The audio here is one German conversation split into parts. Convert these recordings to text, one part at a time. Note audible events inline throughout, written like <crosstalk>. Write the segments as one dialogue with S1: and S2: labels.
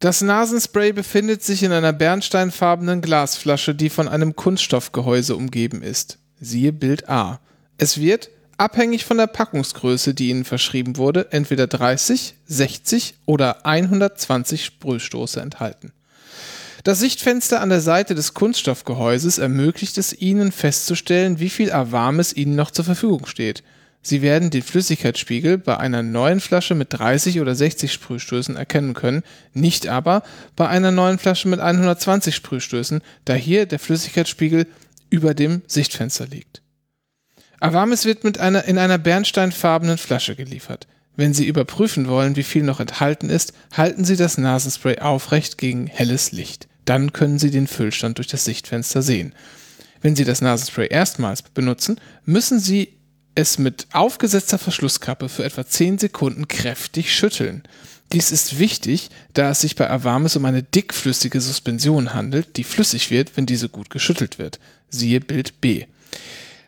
S1: Das Nasenspray befindet sich in einer bernsteinfarbenen Glasflasche, die von einem Kunststoffgehäuse umgeben ist. Siehe Bild A. Es wird, abhängig von der Packungsgröße, die Ihnen verschrieben wurde, entweder 30, 60 oder 120 Sprühstoße enthalten. Das Sichtfenster an der Seite des Kunststoffgehäuses ermöglicht es Ihnen festzustellen, wie viel Avarmes Ihnen noch zur Verfügung steht. Sie werden den Flüssigkeitsspiegel bei einer neuen Flasche mit 30 oder 60 Sprühstößen erkennen können, nicht aber bei einer neuen Flasche mit 120 Sprühstößen, da hier der Flüssigkeitsspiegel über dem Sichtfenster liegt. Avamis wird mit einer, in einer bernsteinfarbenen Flasche geliefert. Wenn Sie überprüfen wollen, wie viel noch enthalten ist, halten Sie das Nasenspray aufrecht gegen helles Licht. Dann können Sie den Füllstand durch das Sichtfenster sehen. Wenn Sie das Nasenspray erstmals benutzen, müssen Sie es mit aufgesetzter Verschlusskappe für etwa 10 Sekunden kräftig schütteln. Dies ist wichtig, da es sich bei Avamis um eine dickflüssige Suspension handelt, die flüssig wird, wenn diese gut geschüttelt wird. Siehe Bild B.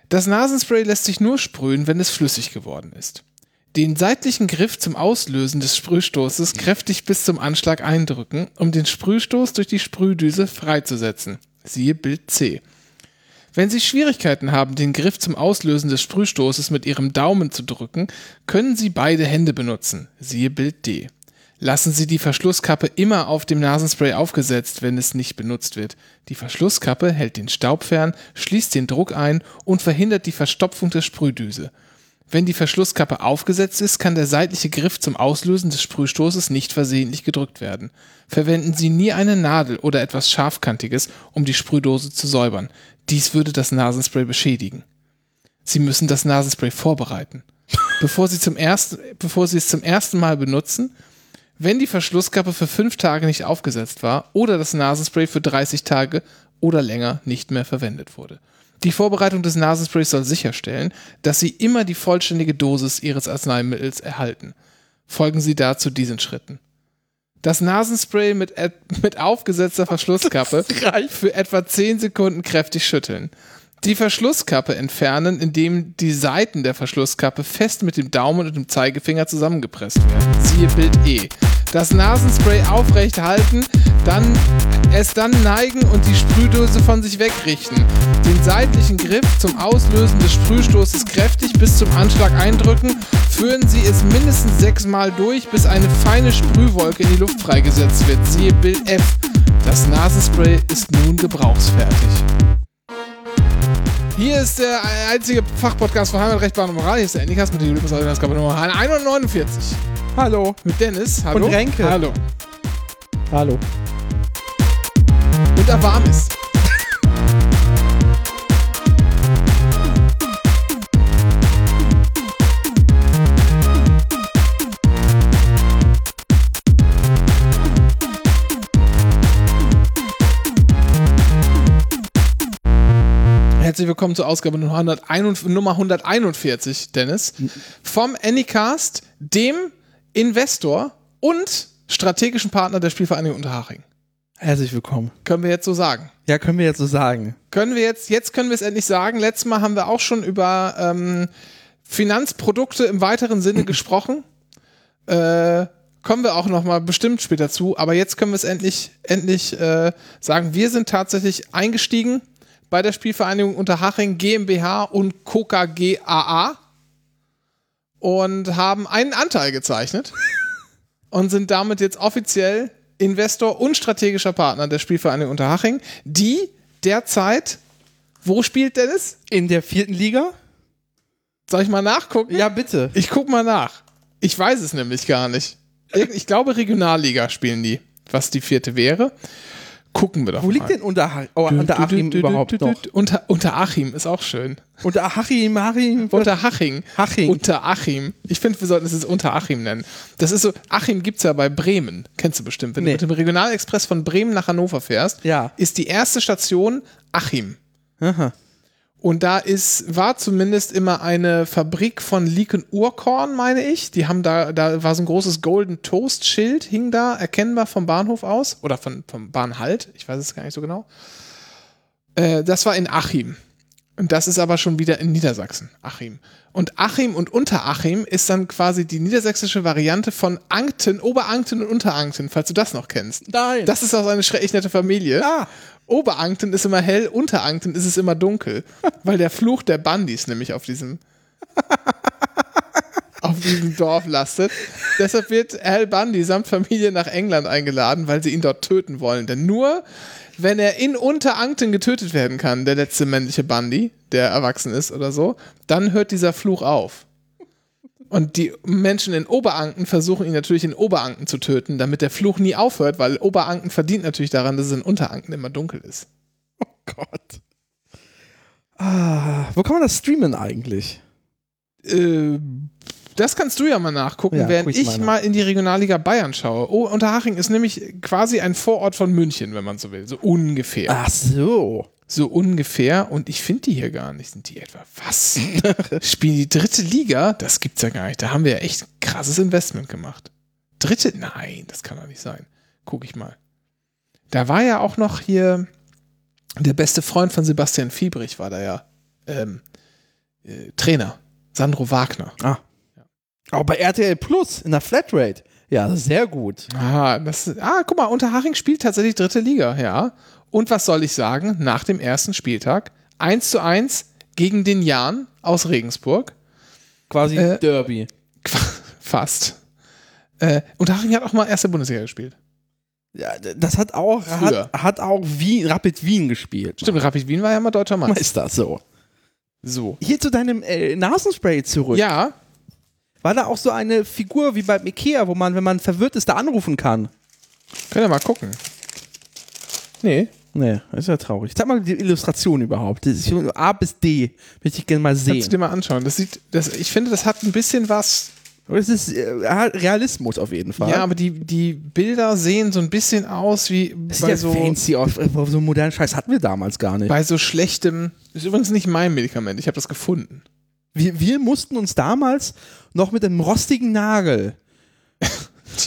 S1: Das Nasenspray lässt sich nur sprühen, wenn es flüssig geworden ist. Den seitlichen Griff zum Auslösen des Sprühstoßes kräftig bis zum Anschlag eindrücken, um den Sprühstoß durch die Sprühdüse freizusetzen. Siehe Bild C. Wenn Sie Schwierigkeiten haben, den Griff zum Auslösen des Sprühstoßes mit Ihrem Daumen zu drücken, können Sie beide Hände benutzen. Siehe Bild D. Lassen Sie die Verschlusskappe immer auf dem Nasenspray aufgesetzt, wenn es nicht benutzt wird. Die Verschlusskappe hält den Staub fern, schließt den Druck ein und verhindert die Verstopfung der Sprühdüse. Wenn die Verschlusskappe aufgesetzt ist, kann der seitliche Griff zum Auslösen des Sprühstoßes nicht versehentlich gedrückt werden. Verwenden Sie nie eine Nadel oder etwas Scharfkantiges, um die Sprühdose zu säubern. Dies würde das Nasenspray beschädigen. Sie müssen das Nasenspray vorbereiten. Bevor Sie, zum ersten, bevor Sie es zum ersten Mal benutzen, wenn die Verschlusskappe für fünf Tage nicht aufgesetzt war oder das Nasenspray für 30 Tage oder länger nicht mehr verwendet wurde. Die Vorbereitung des Nasensprays soll sicherstellen, dass Sie immer die vollständige Dosis Ihres Arzneimittels erhalten. Folgen Sie dazu diesen Schritten. Das Nasenspray mit, et- <laughs> mit aufgesetzter Verschlusskappe für etwa 10 Sekunden kräftig schütteln. Die Verschlusskappe entfernen, indem die Seiten der Verschlusskappe fest mit dem Daumen und dem Zeigefinger zusammengepresst werden. Siehe Bild E. Das Nasenspray aufrecht halten, dann es dann neigen und die Sprühdose von sich wegrichten. Den seitlichen Griff zum Auslösen des Sprühstoßes kräftig bis zum Anschlag eindrücken. Führen Sie es mindestens sechsmal durch, bis eine feine Sprühwolke in die Luft freigesetzt wird. Siehe Bild F. Das Nasenspray ist nun gebrauchsfertig. Hier ist der einzige Fachpodcast von Heimatrecht, Bahn und Moral. Hier ist der Endicast mit der Jubiläumsausgabe Nummer 149.
S2: Hallo.
S1: Mit Dennis, hallo.
S2: Und Renke.
S1: Hallo.
S2: Hallo.
S1: Und Avamis. Herzlich willkommen zur Ausgabe Nummer 141 Nummer 141, Dennis. Vom Anycast, dem Investor und strategischen Partner der Spielvereinigung Unterhaching.
S2: Herzlich willkommen.
S1: Können wir jetzt so sagen.
S2: Ja, können wir jetzt so sagen.
S1: Können wir jetzt, jetzt können wir es endlich sagen. Letztes Mal haben wir auch schon über ähm, Finanzprodukte im weiteren Sinne gesprochen. Äh, kommen wir auch nochmal bestimmt später zu, aber jetzt können wir es endlich, endlich äh, sagen. Wir sind tatsächlich eingestiegen bei der Spielvereinigung Unterhaching GmbH und Coca GAA und haben einen Anteil gezeichnet und sind damit jetzt offiziell Investor und strategischer Partner der Spielvereinigung Unterhaching, die derzeit, wo spielt Dennis?
S2: In der vierten Liga?
S1: Soll ich mal nachgucken?
S2: Ja, bitte.
S1: Ich guck mal nach. Ich weiß es nämlich gar nicht. Ir- Ich glaube, Regionalliga spielen die. Was die vierte wäre, gucken wir doch
S2: Wo
S1: mal.
S2: liegt denn Unterhaching oh, Unterhaching überhaupt noch?
S1: Unter, unter Achim ist auch schön.
S2: Unterhaching, Haching,
S1: Unter Haching.
S2: Haching.
S1: Unter Achim. Ich finde, wir sollten es jetzt unter Achim nennen. Das ist so, Achim gibt's ja bei Bremen. Kennst du bestimmt. Wenn
S2: Nee.
S1: du mit dem Regionalexpress von Bremen nach Hannover fährst,
S2: Ja.
S1: ist die erste Station Achim. Und da ist, war zumindest immer eine Fabrik von Liken Urkorn, meine ich. Die haben da, da war so ein großes Golden Toast Schild, hing da, erkennbar vom Bahnhof aus. Oder von, vom Bahnhalt. Ich weiß es gar nicht so genau. Äh, das war in Achim. Und das ist aber schon wieder in Niedersachsen, Achim. Und Achim und Unterachim ist dann quasi die niedersächsische Variante von Angten, Oberangten und Unterangten, falls du das noch kennst.
S2: Nein.
S1: Das ist auch eine schrecklich nette Familie.
S2: Ah.
S1: Oberangten ist immer hell, Unterangten ist es immer dunkel. weil der Fluch der Bandis nämlich auf diesem, auf diesem Dorf lastet. Deshalb wird Al Bundy samt Familie nach England eingeladen, weil sie ihn dort töten wollen. Denn nur wenn er in Unterangten getötet werden kann, der letzte männliche Bundy, der erwachsen ist oder so, dann hört dieser Fluch auf. Und die Menschen in Oberanken versuchen ihn natürlich in Oberanken zu töten, damit der Fluch nie aufhört, weil Oberanken verdient natürlich daran, dass es in Unteranken immer dunkel ist.
S2: Oh Gott. Ah, wo kann man das streamen eigentlich?
S1: Äh, das kannst du ja mal nachgucken,
S2: Ja,
S1: während
S2: guck
S1: ich
S2: ich mal nach.
S1: mal in die Regionalliga Bayern schaue. Oh, Unterhaching ist nämlich quasi ein Vorort von München, wenn man so will. So ungefähr.
S2: Ach so.
S1: So ungefähr. Und ich finde die hier gar nicht. Sind die etwa was? <laughs> Spielen die dritte Liga? Das gibt's ja gar nicht. Da haben wir ja echt ein krasses Investment gemacht. Dritte? Nein, das kann doch nicht sein. Guck ich mal. Da war ja auch noch hier der beste Freund von Sebastian Fiebrich war da ja ähm, äh, Trainer. Sandro Wagner.
S2: Aber Ah. bei RTL Plus in der Flatrate. Ja, sehr gut.
S1: Ah, das, ah, guck mal, Unterhaching spielt tatsächlich dritte Liga, ja. Und was soll ich sagen? Nach dem ersten Spieltag 1 zu 1 gegen den Jan aus Regensburg.
S2: Quasi
S1: Äh,
S2: Derby.
S1: Qu- Fast. Äh, Unterhaching hat auch mal erste Bundesliga gespielt.
S2: Ja, d- das hat auch,
S1: Früher.
S2: hat, hat auch Wien, Rapid Wien gespielt.
S1: Stimmt, Rapid Wien war ja mal deutscher
S2: Manchmal
S1: Meister.
S2: Ist das so?
S1: So.
S2: Hier zu deinem äh, Nasenspray zurück.
S1: Ja,
S2: War da auch so eine Figur wie beim Ikea, wo man, wenn man verwirrt ist, da anrufen kann?
S1: könnt ihr mal gucken. Nee.
S2: Nee, ist ja traurig. Zeig mal die Illustration überhaupt. Das ist von A bis D. Möchte ich gerne mal
S1: Kannst du dir
S2: sehen.
S1: mal anschauen. Das sieht, das, ich finde, das hat ein bisschen was.
S2: Aber es ist äh, Realismus auf jeden Fall.
S1: Ja, aber die, die Bilder sehen so ein bisschen aus wie
S2: das
S1: bei
S2: sieht ja
S1: so.
S2: fancy aus. Äh, So einen modernen Scheiß hatten wir damals gar nicht.
S1: bei so schlechtem. Ist übrigens nicht mein Medikament, ich habe das gefunden.
S2: Wir, wir mussten uns damals noch mit einem rostigen Nagel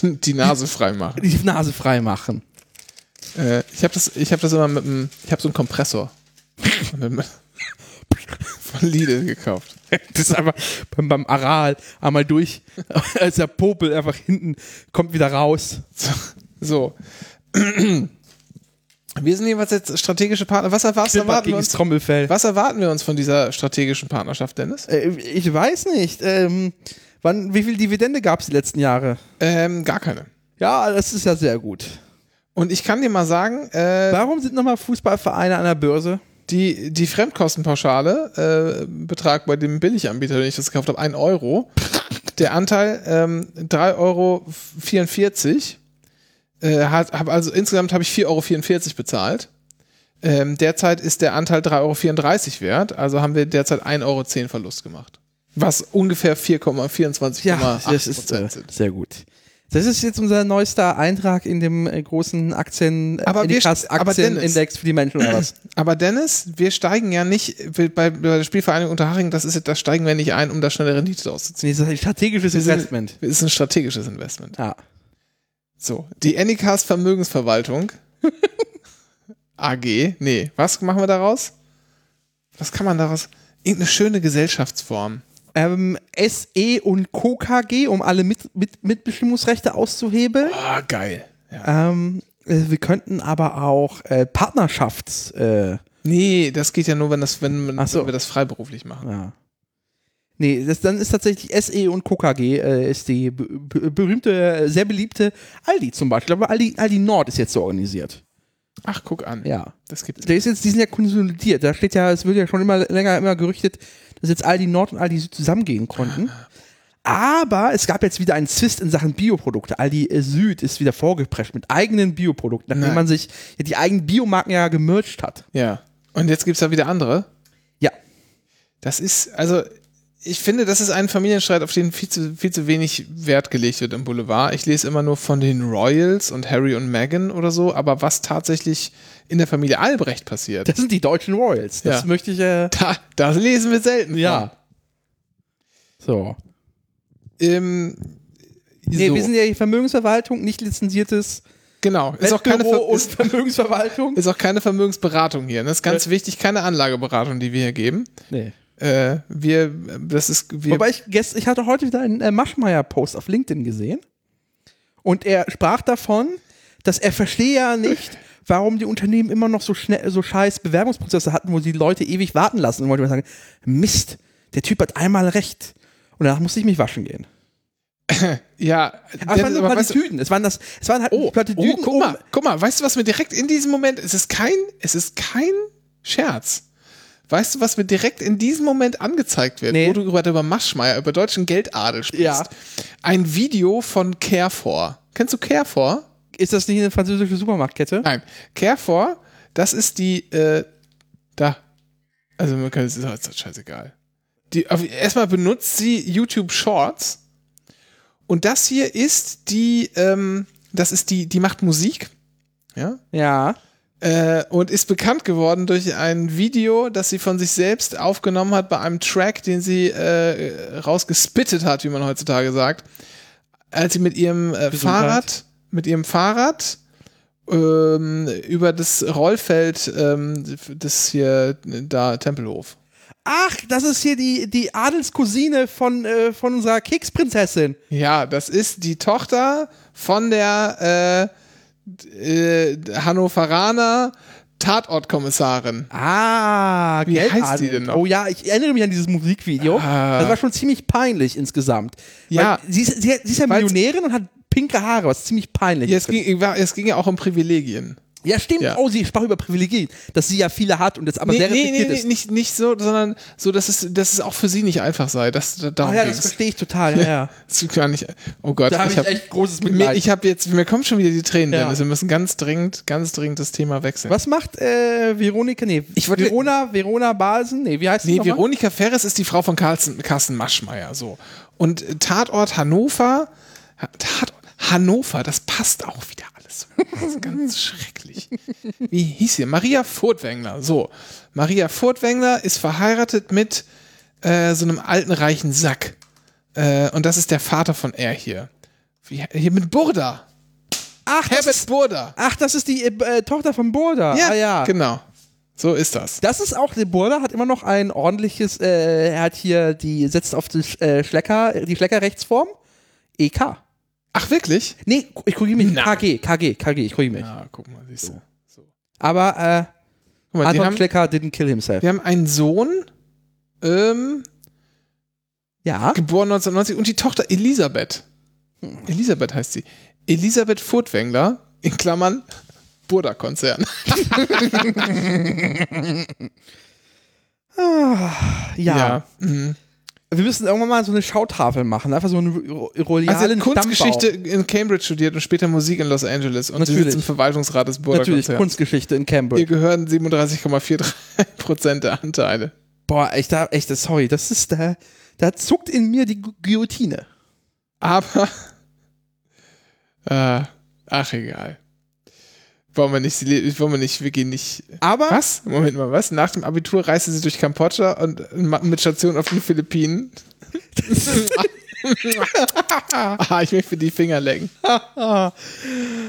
S1: Die, die Nase frei machen.
S2: die Nase frei machen. <laughs>
S1: Äh, ich habe das, ich hab das immer mit einem. Ich habe so einen Kompressor. Von einem- von Lidl gekauft.
S2: Das ist einfach beim, beim Aral einmal durch, <laughs> als der Popel einfach hinten kommt wieder raus.
S1: So. Wir sind jeweils jetzt strategische Partner. Was erwarten, erwarten wir
S2: gegen das
S1: uns,
S2: Trommelfell.
S1: was erwarten wir uns von dieser strategischen Partnerschaft, Dennis?
S2: Äh, ich weiß nicht. Ähm, wann, wie viel Dividende gab es die letzten Jahre?
S1: Ähm, gar keine.
S2: Ja, das ist ja sehr gut.
S1: Und ich kann dir mal sagen, äh,
S2: Warum sind nochmal Fußballvereine an der Börse?
S1: Die, die Fremdkostenpauschale, äh, Betrag bei dem Billiganbieter, den ich das gekauft habe, 1 Euro. Der Anteil ähm, 3,44 Euro. Äh, hat, hab also insgesamt habe ich 4,44 Euro bezahlt. Ähm, derzeit ist der Anteil 3,34 Euro wert, also haben wir derzeit 1,10 Euro Verlust gemacht. Was ungefähr 4,24 Prozent sind.
S2: äh, sehr gut. Das ist jetzt unser neuester Eintrag in dem äh, großen Aktien, äh,
S1: Aber wir-
S2: Indikas-
S1: aber Dennis-
S2: Aktienindex für die Menschen oder
S1: <laughs>
S2: was?
S1: Aber Dennis, wir steigen ja nicht wir- bei, bei der Spielvereinigung Unterhaching, das ist, ja- da steigen wir nicht ein, um da schnelle Rendite auszuziehen.
S2: Nee, das ist ein strategisches
S1: Wir sind-
S2: Investment.
S1: Ist ein strategisches Investment.
S2: Ja.
S1: So, die Anycast
S2: <laughs>
S1: Vermögensverwaltung AG. Nee, was machen wir daraus? Was kann man daraus? Irgendeine schöne Gesellschaftsform.
S2: Ähm, SE und Co. KG, um alle mit, mit, Mitbestimmungsrechte auszuhebeln.
S1: Ah, geil. Ja.
S2: Ähm, äh, wir könnten aber auch äh, Partnerschafts. Äh,
S1: Nee, das geht ja nur, wenn, das, wenn, wenn,
S2: Ach so.
S1: wenn wir das freiberuflich machen.
S2: ja. Nee, das, dann ist tatsächlich SE und Co. KG äh, ist die be- be- berühmte, äh, sehr beliebte Aldi zum Beispiel. Aber Aldi, Aldi Nord ist jetzt so organisiert.
S1: Ach, guck an.
S2: Ja.
S1: Das gibt's.
S2: Der ist jetzt, die sind ja konsolidiert. Da steht ja, es wird ja schon immer länger immer gerüchtet, dass jetzt Aldi Nord und Aldi Süd zusammengehen konnten. Aber es gab jetzt wieder einen Zwist in Sachen Bioprodukte. Aldi äh, Süd ist wieder vorgeprescht mit eigenen Bioprodukten, nachdem
S1: Nein.
S2: man sich ja, die eigenen Biomarken ja gemerged hat.
S1: Ja. Und jetzt gibt's da wieder andere.
S2: Ja.
S1: Das ist, also, ich finde, das ist ein Familienstreit, auf den viel zu, viel zu wenig Wert gelegt wird im Boulevard. Ich lese immer nur von den Royals und Harry und Meghan oder so, aber was tatsächlich in der Familie Albrecht passiert.
S2: Das sind die deutschen Royals. Das
S1: Ja.
S2: möchte ich, äh,
S1: Da, das lesen wir selten. von.
S2: ja. So.
S1: Ähm,
S2: Nee,
S1: so. Ähm,
S2: wir sind ja die Vermögensverwaltung, nicht lizenziertes
S1: Genau. Ist auch, keine,
S2: Wettbüro
S1: Ver
S2: und
S1: ist, <laughs>
S2: Vermögensverwaltung.
S1: ist auch keine Vermögensberatung hier. Ne? Das ist ganz wichtig, keine Anlageberatung, die wir hier geben.
S2: Nee.
S1: Äh, wir, das ist, wir,
S2: Wobei ich gestern, ich hatte heute wieder einen äh, Maschmeyer-Post auf LinkedIn gesehen. Und er sprach davon, dass er verstehe ja nicht, warum die Unternehmen immer noch so schnell, so scheiß Bewerbungsprozesse hatten, wo sie die Leute ewig warten lassen. Und wollte ich mal sagen, Mist, der Typ hat einmal recht. Und danach musste ich mich waschen gehen.
S1: ja,
S2: Aber es waren nur
S1: aber weißt du-
S2: Plattitüden. Es waren das, es waren halt
S1: Oh, oh
S2: Plattitüden.
S1: guck
S2: um-
S1: mal, guck mal, weißt du, was mir direkt in diesem Moment, es ist kein, es ist kein Scherz. Weißt du, was mir direkt in diesem Moment angezeigt wird,
S2: Nee.
S1: wo du gerade über Maschmeyer, über deutschen Geldadel sprichst?
S2: Ja.
S1: Ein Video von Carefor. Kennst du Carefor?
S2: Ist das nicht eine französische Supermarktkette?
S1: Nein. Carefor, das ist die, äh, da. Also, man kann, es ist jetzt scheißegal. Die, auf- erstmal benutzt sie YouTube Shorts. Und das hier ist die, ähm, das ist die, die macht Musik. Ja.
S2: Ja.
S1: Äh, und ist bekannt geworden durch ein Video, das sie von sich selbst aufgenommen hat bei einem Track, den sie äh, rausgespittet hat, wie man heutzutage sagt, als sie mit ihrem äh, Fahrrad, mit ihrem Fahrrad ähm, über das Rollfeld ähm, des hier da Tempelhof.
S2: Ach, das ist hier die, die Adelscousine von, äh, von unserer Keksprinzessin.
S1: Ja, das ist die Tochter von der äh, äh, Hannoveraner Tatortkommissarin.
S2: Ah,
S1: Wie heißt
S2: Geldadel.
S1: die denn noch?
S2: Oh ja, ich erinnere mich an dieses Musikvideo.
S1: Ah.
S2: Das war schon ziemlich peinlich insgesamt.
S1: Ja.
S2: Weil Sie ist, sie, sie ist ja
S1: Weil's-
S2: Millionärin und hat pinke Haare, was ziemlich peinlich
S1: Ja, es
S2: ist.
S1: ging, war- es ging ja auch um Privilegien.
S2: Ja, stimmt.
S1: Ja.
S2: Oh, sie sprach über Privilegien, dass sie ja viele hat und jetzt aber sehr reflektiert ist.
S1: nicht, nicht so, sondern so, dass es, dass es auch für sie nicht einfach sei. Das, da,
S2: Ah
S1: darum
S2: ja, das
S1: ging's.
S2: verstehe ich total. Ja,
S1: <laughs>
S2: ja.
S1: Das ist gar nicht. Oh Gott,
S2: Da habe ich,
S1: ich habe
S2: echt großes
S1: mir,
S2: Mitleid.
S1: ich hab jetzt, mir kommen schon wieder die Tränen,
S2: Ja.
S1: Dennis. Wir müssen ganz dringend, ganz dringend das Thema wechseln.
S2: was macht äh, Veronika? Nee,
S1: Ich wollte-
S2: Verona, Verona Basen? Nee, wie heißt sie
S1: Nee,
S2: nochmal?
S1: Veronika Ferres ist die Frau von Carsten, Carsten Maschmeyer, so. Und äh, Tatort Hannover, Ha- Tatort Hannover, das passt auch wieder alles. Das ist
S2: <laughs>
S1: ganz schrecklich. Wie hieß sie? Maria Furtwängler, so. Maria Furtwängler ist verheiratet mit äh, so einem alten reichen Sack. Äh, und das ist der Vater von er hier. Wie, hier mit Burda.
S2: Ach, das
S1: Herbert
S2: ist,
S1: Burda.
S2: ach, das ist die äh, äh, Tochter von Burda. ah, ja.
S1: Genau. So ist das.
S2: Das ist auch, der Burda hat immer noch ein ordentliches, äh, er hat hier die, setzt auf die, Sch- äh, Schlecker, die Schleckerrechtsform. EK.
S1: Ach, wirklich?
S2: Nee, gu- ich korrigiere mich.
S1: Nein.
S2: KG, KG, KG, ich korrigiere mich.
S1: Ja, guck mal, siehst du. So.
S2: Aber äh,
S1: Guck mal, die
S2: Anton
S1: haben,
S2: Schlecker didn't kill himself.
S1: Wir haben einen Sohn, ähm,
S2: Ja.
S1: geboren 1990, und die Tochter Elisabeth.
S2: Hm.
S1: Elisabeth heißt sie. Elisabeth Furtwängler, in Klammern Burda-Konzern.
S2: Ah, ja.
S1: Mhm.
S2: Wir müssen irgendwann mal so eine Schautafel machen. Einfach so eine Ro-
S1: Also
S2: royalen
S1: Kunstgeschichte
S2: Stammbau.
S1: in Cambridge studiert und später Musik in Los Angeles. Und sie
S2: Natürlich.
S1: sitzt im Verwaltungsrat des
S2: Natürlich,
S1: Burda-Konzerns.
S2: Kunstgeschichte in
S1: Ihr
S2: Cambridge.
S1: gehören 37,43 Prozent der Anteile.
S2: Boah, echt, da, echt, das- sorry, das ist, da, da zuckt in mir die Gu- Guillotine.
S1: Aber, <laughs> äh, ach egal. Wollen wir nicht, wollen wir nicht, wir gehen nicht
S2: Aber
S1: Was? Moment mal, was? Nach dem Abitur reiste sie durch Kambodscha und äh, ma- mit Station auf den Philippinen. <laughs> ah, ich möchte die Finger lecken.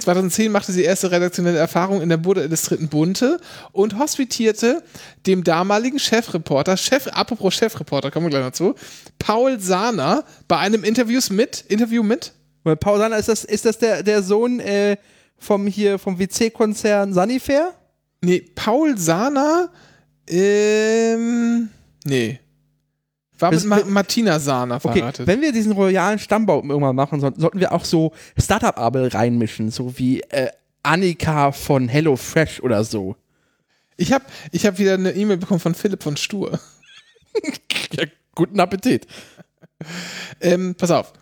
S1: 2010 machte sie erste redaktionelle Erfahrung in der Bude Illustrierten Bunte und hospitierte dem damaligen Chefreporter, Chef, apropos Chefreporter, kommen wir gleich dazu, Paul Sahner bei einem Interviews mit, Interview mit?
S2: Weil Paul Sander, ist das, ist das der, der Sohn äh, vom hier vom WC-Konzern Sanifair?
S1: Nee, Paul Sahner, ähm, nee. War mit
S2: Das-
S1: Ma Martina Sahner
S2: Okay,
S1: verheiratet.
S2: wenn wir diesen royalen Stammbaum irgendwann machen sollten, sollten wir auch so Startup-Abel reinmischen, so wie äh, Annika von HelloFresh oder so.
S1: Ich habe ich hab wieder eine E-Mail bekommen von Philipp von Stur.
S2: <laughs> Ja, guten Appetit.
S1: Ähm, pass auf.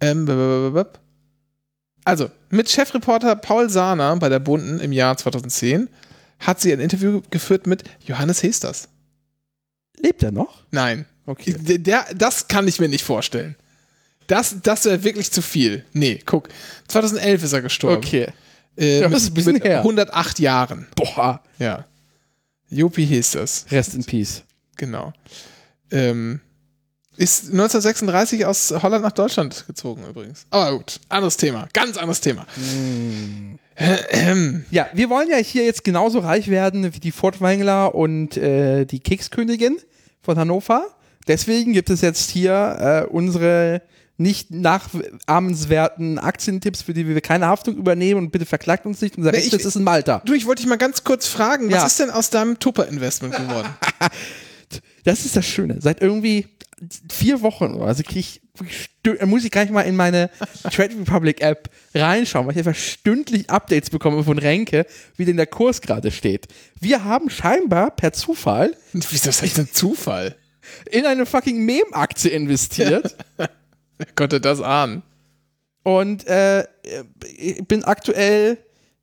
S1: Ähm, b- b- b- b- also, mit Chefreporter Paul Sahner bei der Bunden im Jahr 2010 hat sie ein Interview geführt mit Johannes Hesters.
S2: Lebt er noch?
S1: Nein.
S2: Okay.
S1: Der, der, das kann ich mir nicht vorstellen. Das, das wäre wirklich zu viel. Nee, guck. 2011 ist er gestorben.
S2: Okay.
S1: Äh,
S2: Ja,
S1: mit,
S2: das ist ein bisschen
S1: mit
S2: her.
S1: 108 Jahren.
S2: Boah.
S1: Ja. Jopi hieß das.
S2: Rest in Peace.
S1: Genau. Ähm, Ist 1936 aus Holland nach Deutschland gezogen übrigens. Aber gut, anderes Thema. Ganz anderes Thema.
S2: Ja, wir wollen ja hier jetzt genauso reich werden wie die Furtwängler und äh, die Kekskönigin von Hannover. Deswegen gibt es jetzt hier äh, unsere nicht nachahmenswerten Aktientipps, für die wir keine Haftung übernehmen und bitte verklagt uns nicht. Unser
S1: Nee,
S2: nee,
S1: ich-
S2: Recht ist in Malta.
S1: Du, ich wollte dich mal ganz kurz fragen, was
S2: Ja.
S1: ist denn aus deinem Tupper-Investment geworden?
S2: Das ist das Schöne. Seit irgendwie vier Wochen oder also krieg ich, wirklich stü- da muss ich gar nicht mal in meine Trade Republic App reinschauen, weil ich einfach stündlich Updates bekomme von Renke, wie denn der Kurs gerade steht. Wir haben scheinbar per Zufall
S1: <laughs> Wieso ist das denn Zufall?
S2: in eine fucking
S1: <laughs>
S2: Mem-Aktie investiert
S1: Wer konnte das ahnen?
S2: und äh, ich bin aktuell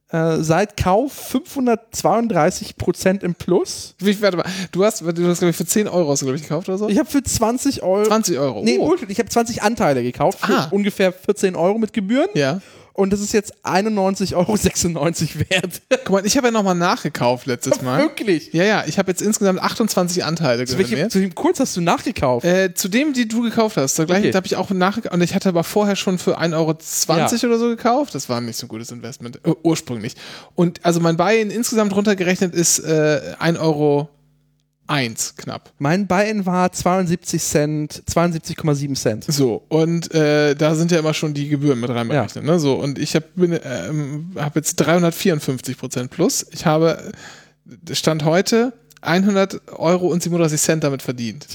S2: äh, seit Kauf 532% im Plus.
S1: Wie, warte mal, du hast, du hast glaube ich, für 10 Euro hast du, glaube ich, gekauft oder so?
S2: Ich habe für 20 Euro.
S1: 20 Euro.
S2: Nee,
S1: oh.
S2: Bullshit, ich habe 20 Anteile gekauft für
S1: Ah.
S2: ungefähr 14 Euro mit Gebühren.
S1: Ja.
S2: Und das ist jetzt 91,96 Euro wert.
S1: Guck mal, ich habe ja nochmal nachgekauft letztes Mal.
S2: Wirklich.
S1: Ja, ja, ich habe jetzt insgesamt 28 Anteile
S2: Zu welchem,
S1: gesammelt.
S2: zu dem Kurs hast du nachgekauft?
S1: Äh, zu dem, die du gekauft hast, da gleich
S2: Okay.
S1: habe ich auch nachgekauft. Und ich hatte aber vorher schon für 1,20 Euro oder so gekauft. Das war nicht so ein gutes Investment, äh, ursprünglich. Und also mein Buy-in insgesamt runtergerechnet ist äh, 1,01 Euro knapp.
S2: Mein Buy-in war 72 Cent, 72,7 Cent.
S1: So, und äh, da sind ja immer schon die Gebühren mit reinberechnet. Ne? So, und ich habe ähm, hab jetzt 354 Prozent plus. Ich habe, äh, Stand heute, 100 Euro und 37 Cent damit verdient.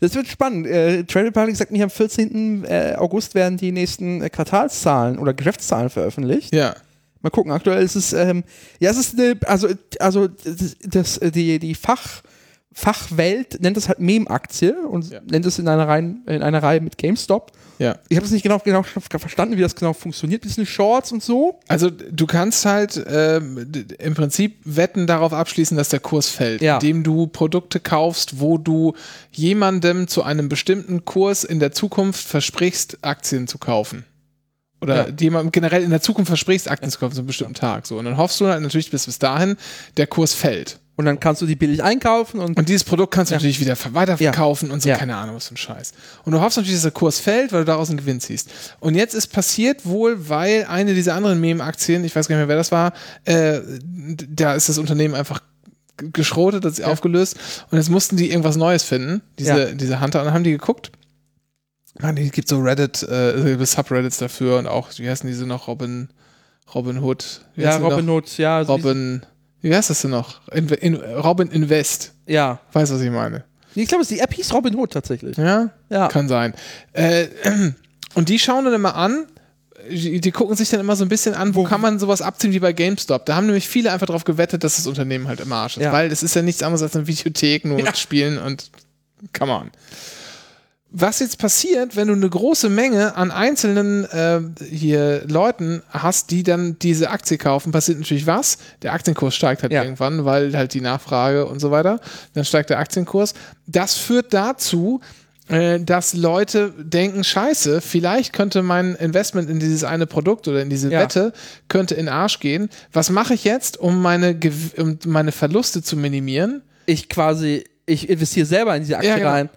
S2: Das wird spannend. Äh, Trade Republic sagt mir, am 14. äh, August werden die nächsten äh, Quartalszahlen oder Geschäftszahlen veröffentlicht.
S1: Ja.
S2: Mal gucken, aktuell ist es, ähm, ja, es ist eine, also, äh, also das, das, äh, die, die Fach, Fachwelt nennt es halt Meme-Aktie und
S1: Ja.
S2: nennt es in einer, Reihen, in einer Reihe mit GameStop.
S1: Ja.
S2: Ich habe es nicht genau, genau verstanden, wie das genau funktioniert. Bisschen Shorts und so.
S1: Also du kannst halt ähm, d- im Prinzip Wetten darauf abschließen, dass der Kurs fällt,
S2: Ja.
S1: indem du Produkte kaufst, wo du jemandem zu einem bestimmten Kurs in der Zukunft versprichst, Aktien zu kaufen. Oder
S2: Ja.
S1: jemandem generell in der Zukunft versprichst, Aktien zu kaufen, zu einem bestimmten Tag. So. Und dann hoffst du halt natürlich bis, bis dahin, der Kurs fällt.
S2: Und dann kannst du die billig einkaufen und,
S1: Und dieses Produkt kannst du natürlich wieder ver- weiterverkaufen und so,
S2: Ja.
S1: keine Ahnung, was für ein Scheiß. Und du hoffst natürlich, dass der Kurs fällt, weil du daraus einen Gewinn ziehst. Und jetzt ist passiert wohl, weil eine dieser anderen Meme-Aktien, ich weiß gar nicht mehr, wer das war, äh, d- da ist das Unternehmen einfach g- geschrotet, hat sich aufgelöst. Und jetzt mussten die irgendwas Neues finden, diese, diese Hunter. Und dann haben die geguckt. Mann, die gibt so Reddit, äh, Subreddits dafür und auch, wie heißen diese noch? Robin, Robin Hood. Wie
S2: ja,
S1: heißen die
S2: Robin Hood, ja,
S1: noch?
S2: so
S1: Robin, wie heißt das denn noch? Inve- in, Robin Invest.
S2: wie- ja.
S1: Weiß, was ich meine.
S2: Nee, Ich glaube, die App hieß Robin Hood tatsächlich.
S1: Ja?
S2: Ja.
S1: Kann sein. Äh, <clears throat> und die schauen dann immer an, die, die gucken sich dann immer so ein bisschen an, wo kann man sowas abziehen wie bei GameStop. Da haben nämlich viele einfach drauf gewettet, dass das Unternehmen halt im Arsch ist.
S2: Ja.
S1: Weil es ist ja nichts anderes als eine Videothek, nur mit Spielen und come on. Was jetzt passiert, wenn du eine große Menge an einzelnen äh, hier Leuten hast, die dann diese Aktie kaufen, passiert natürlich was? Der Aktienkurs steigt halt
S2: Ja.
S1: irgendwann, weil halt die Nachfrage und so weiter. Dann steigt der Aktienkurs. Das führt dazu, äh, dass Leute denken, scheiße, vielleicht könnte mein Investment in dieses eine Produkt oder in diese
S2: Ja.
S1: Wette könnte in den Arsch gehen. Was mache ich jetzt, um meine, Gew- um meine Verluste zu minimieren?
S2: Ich quasi, ich investiere selber in diese Aktie
S1: Ja, genau.
S2: rein.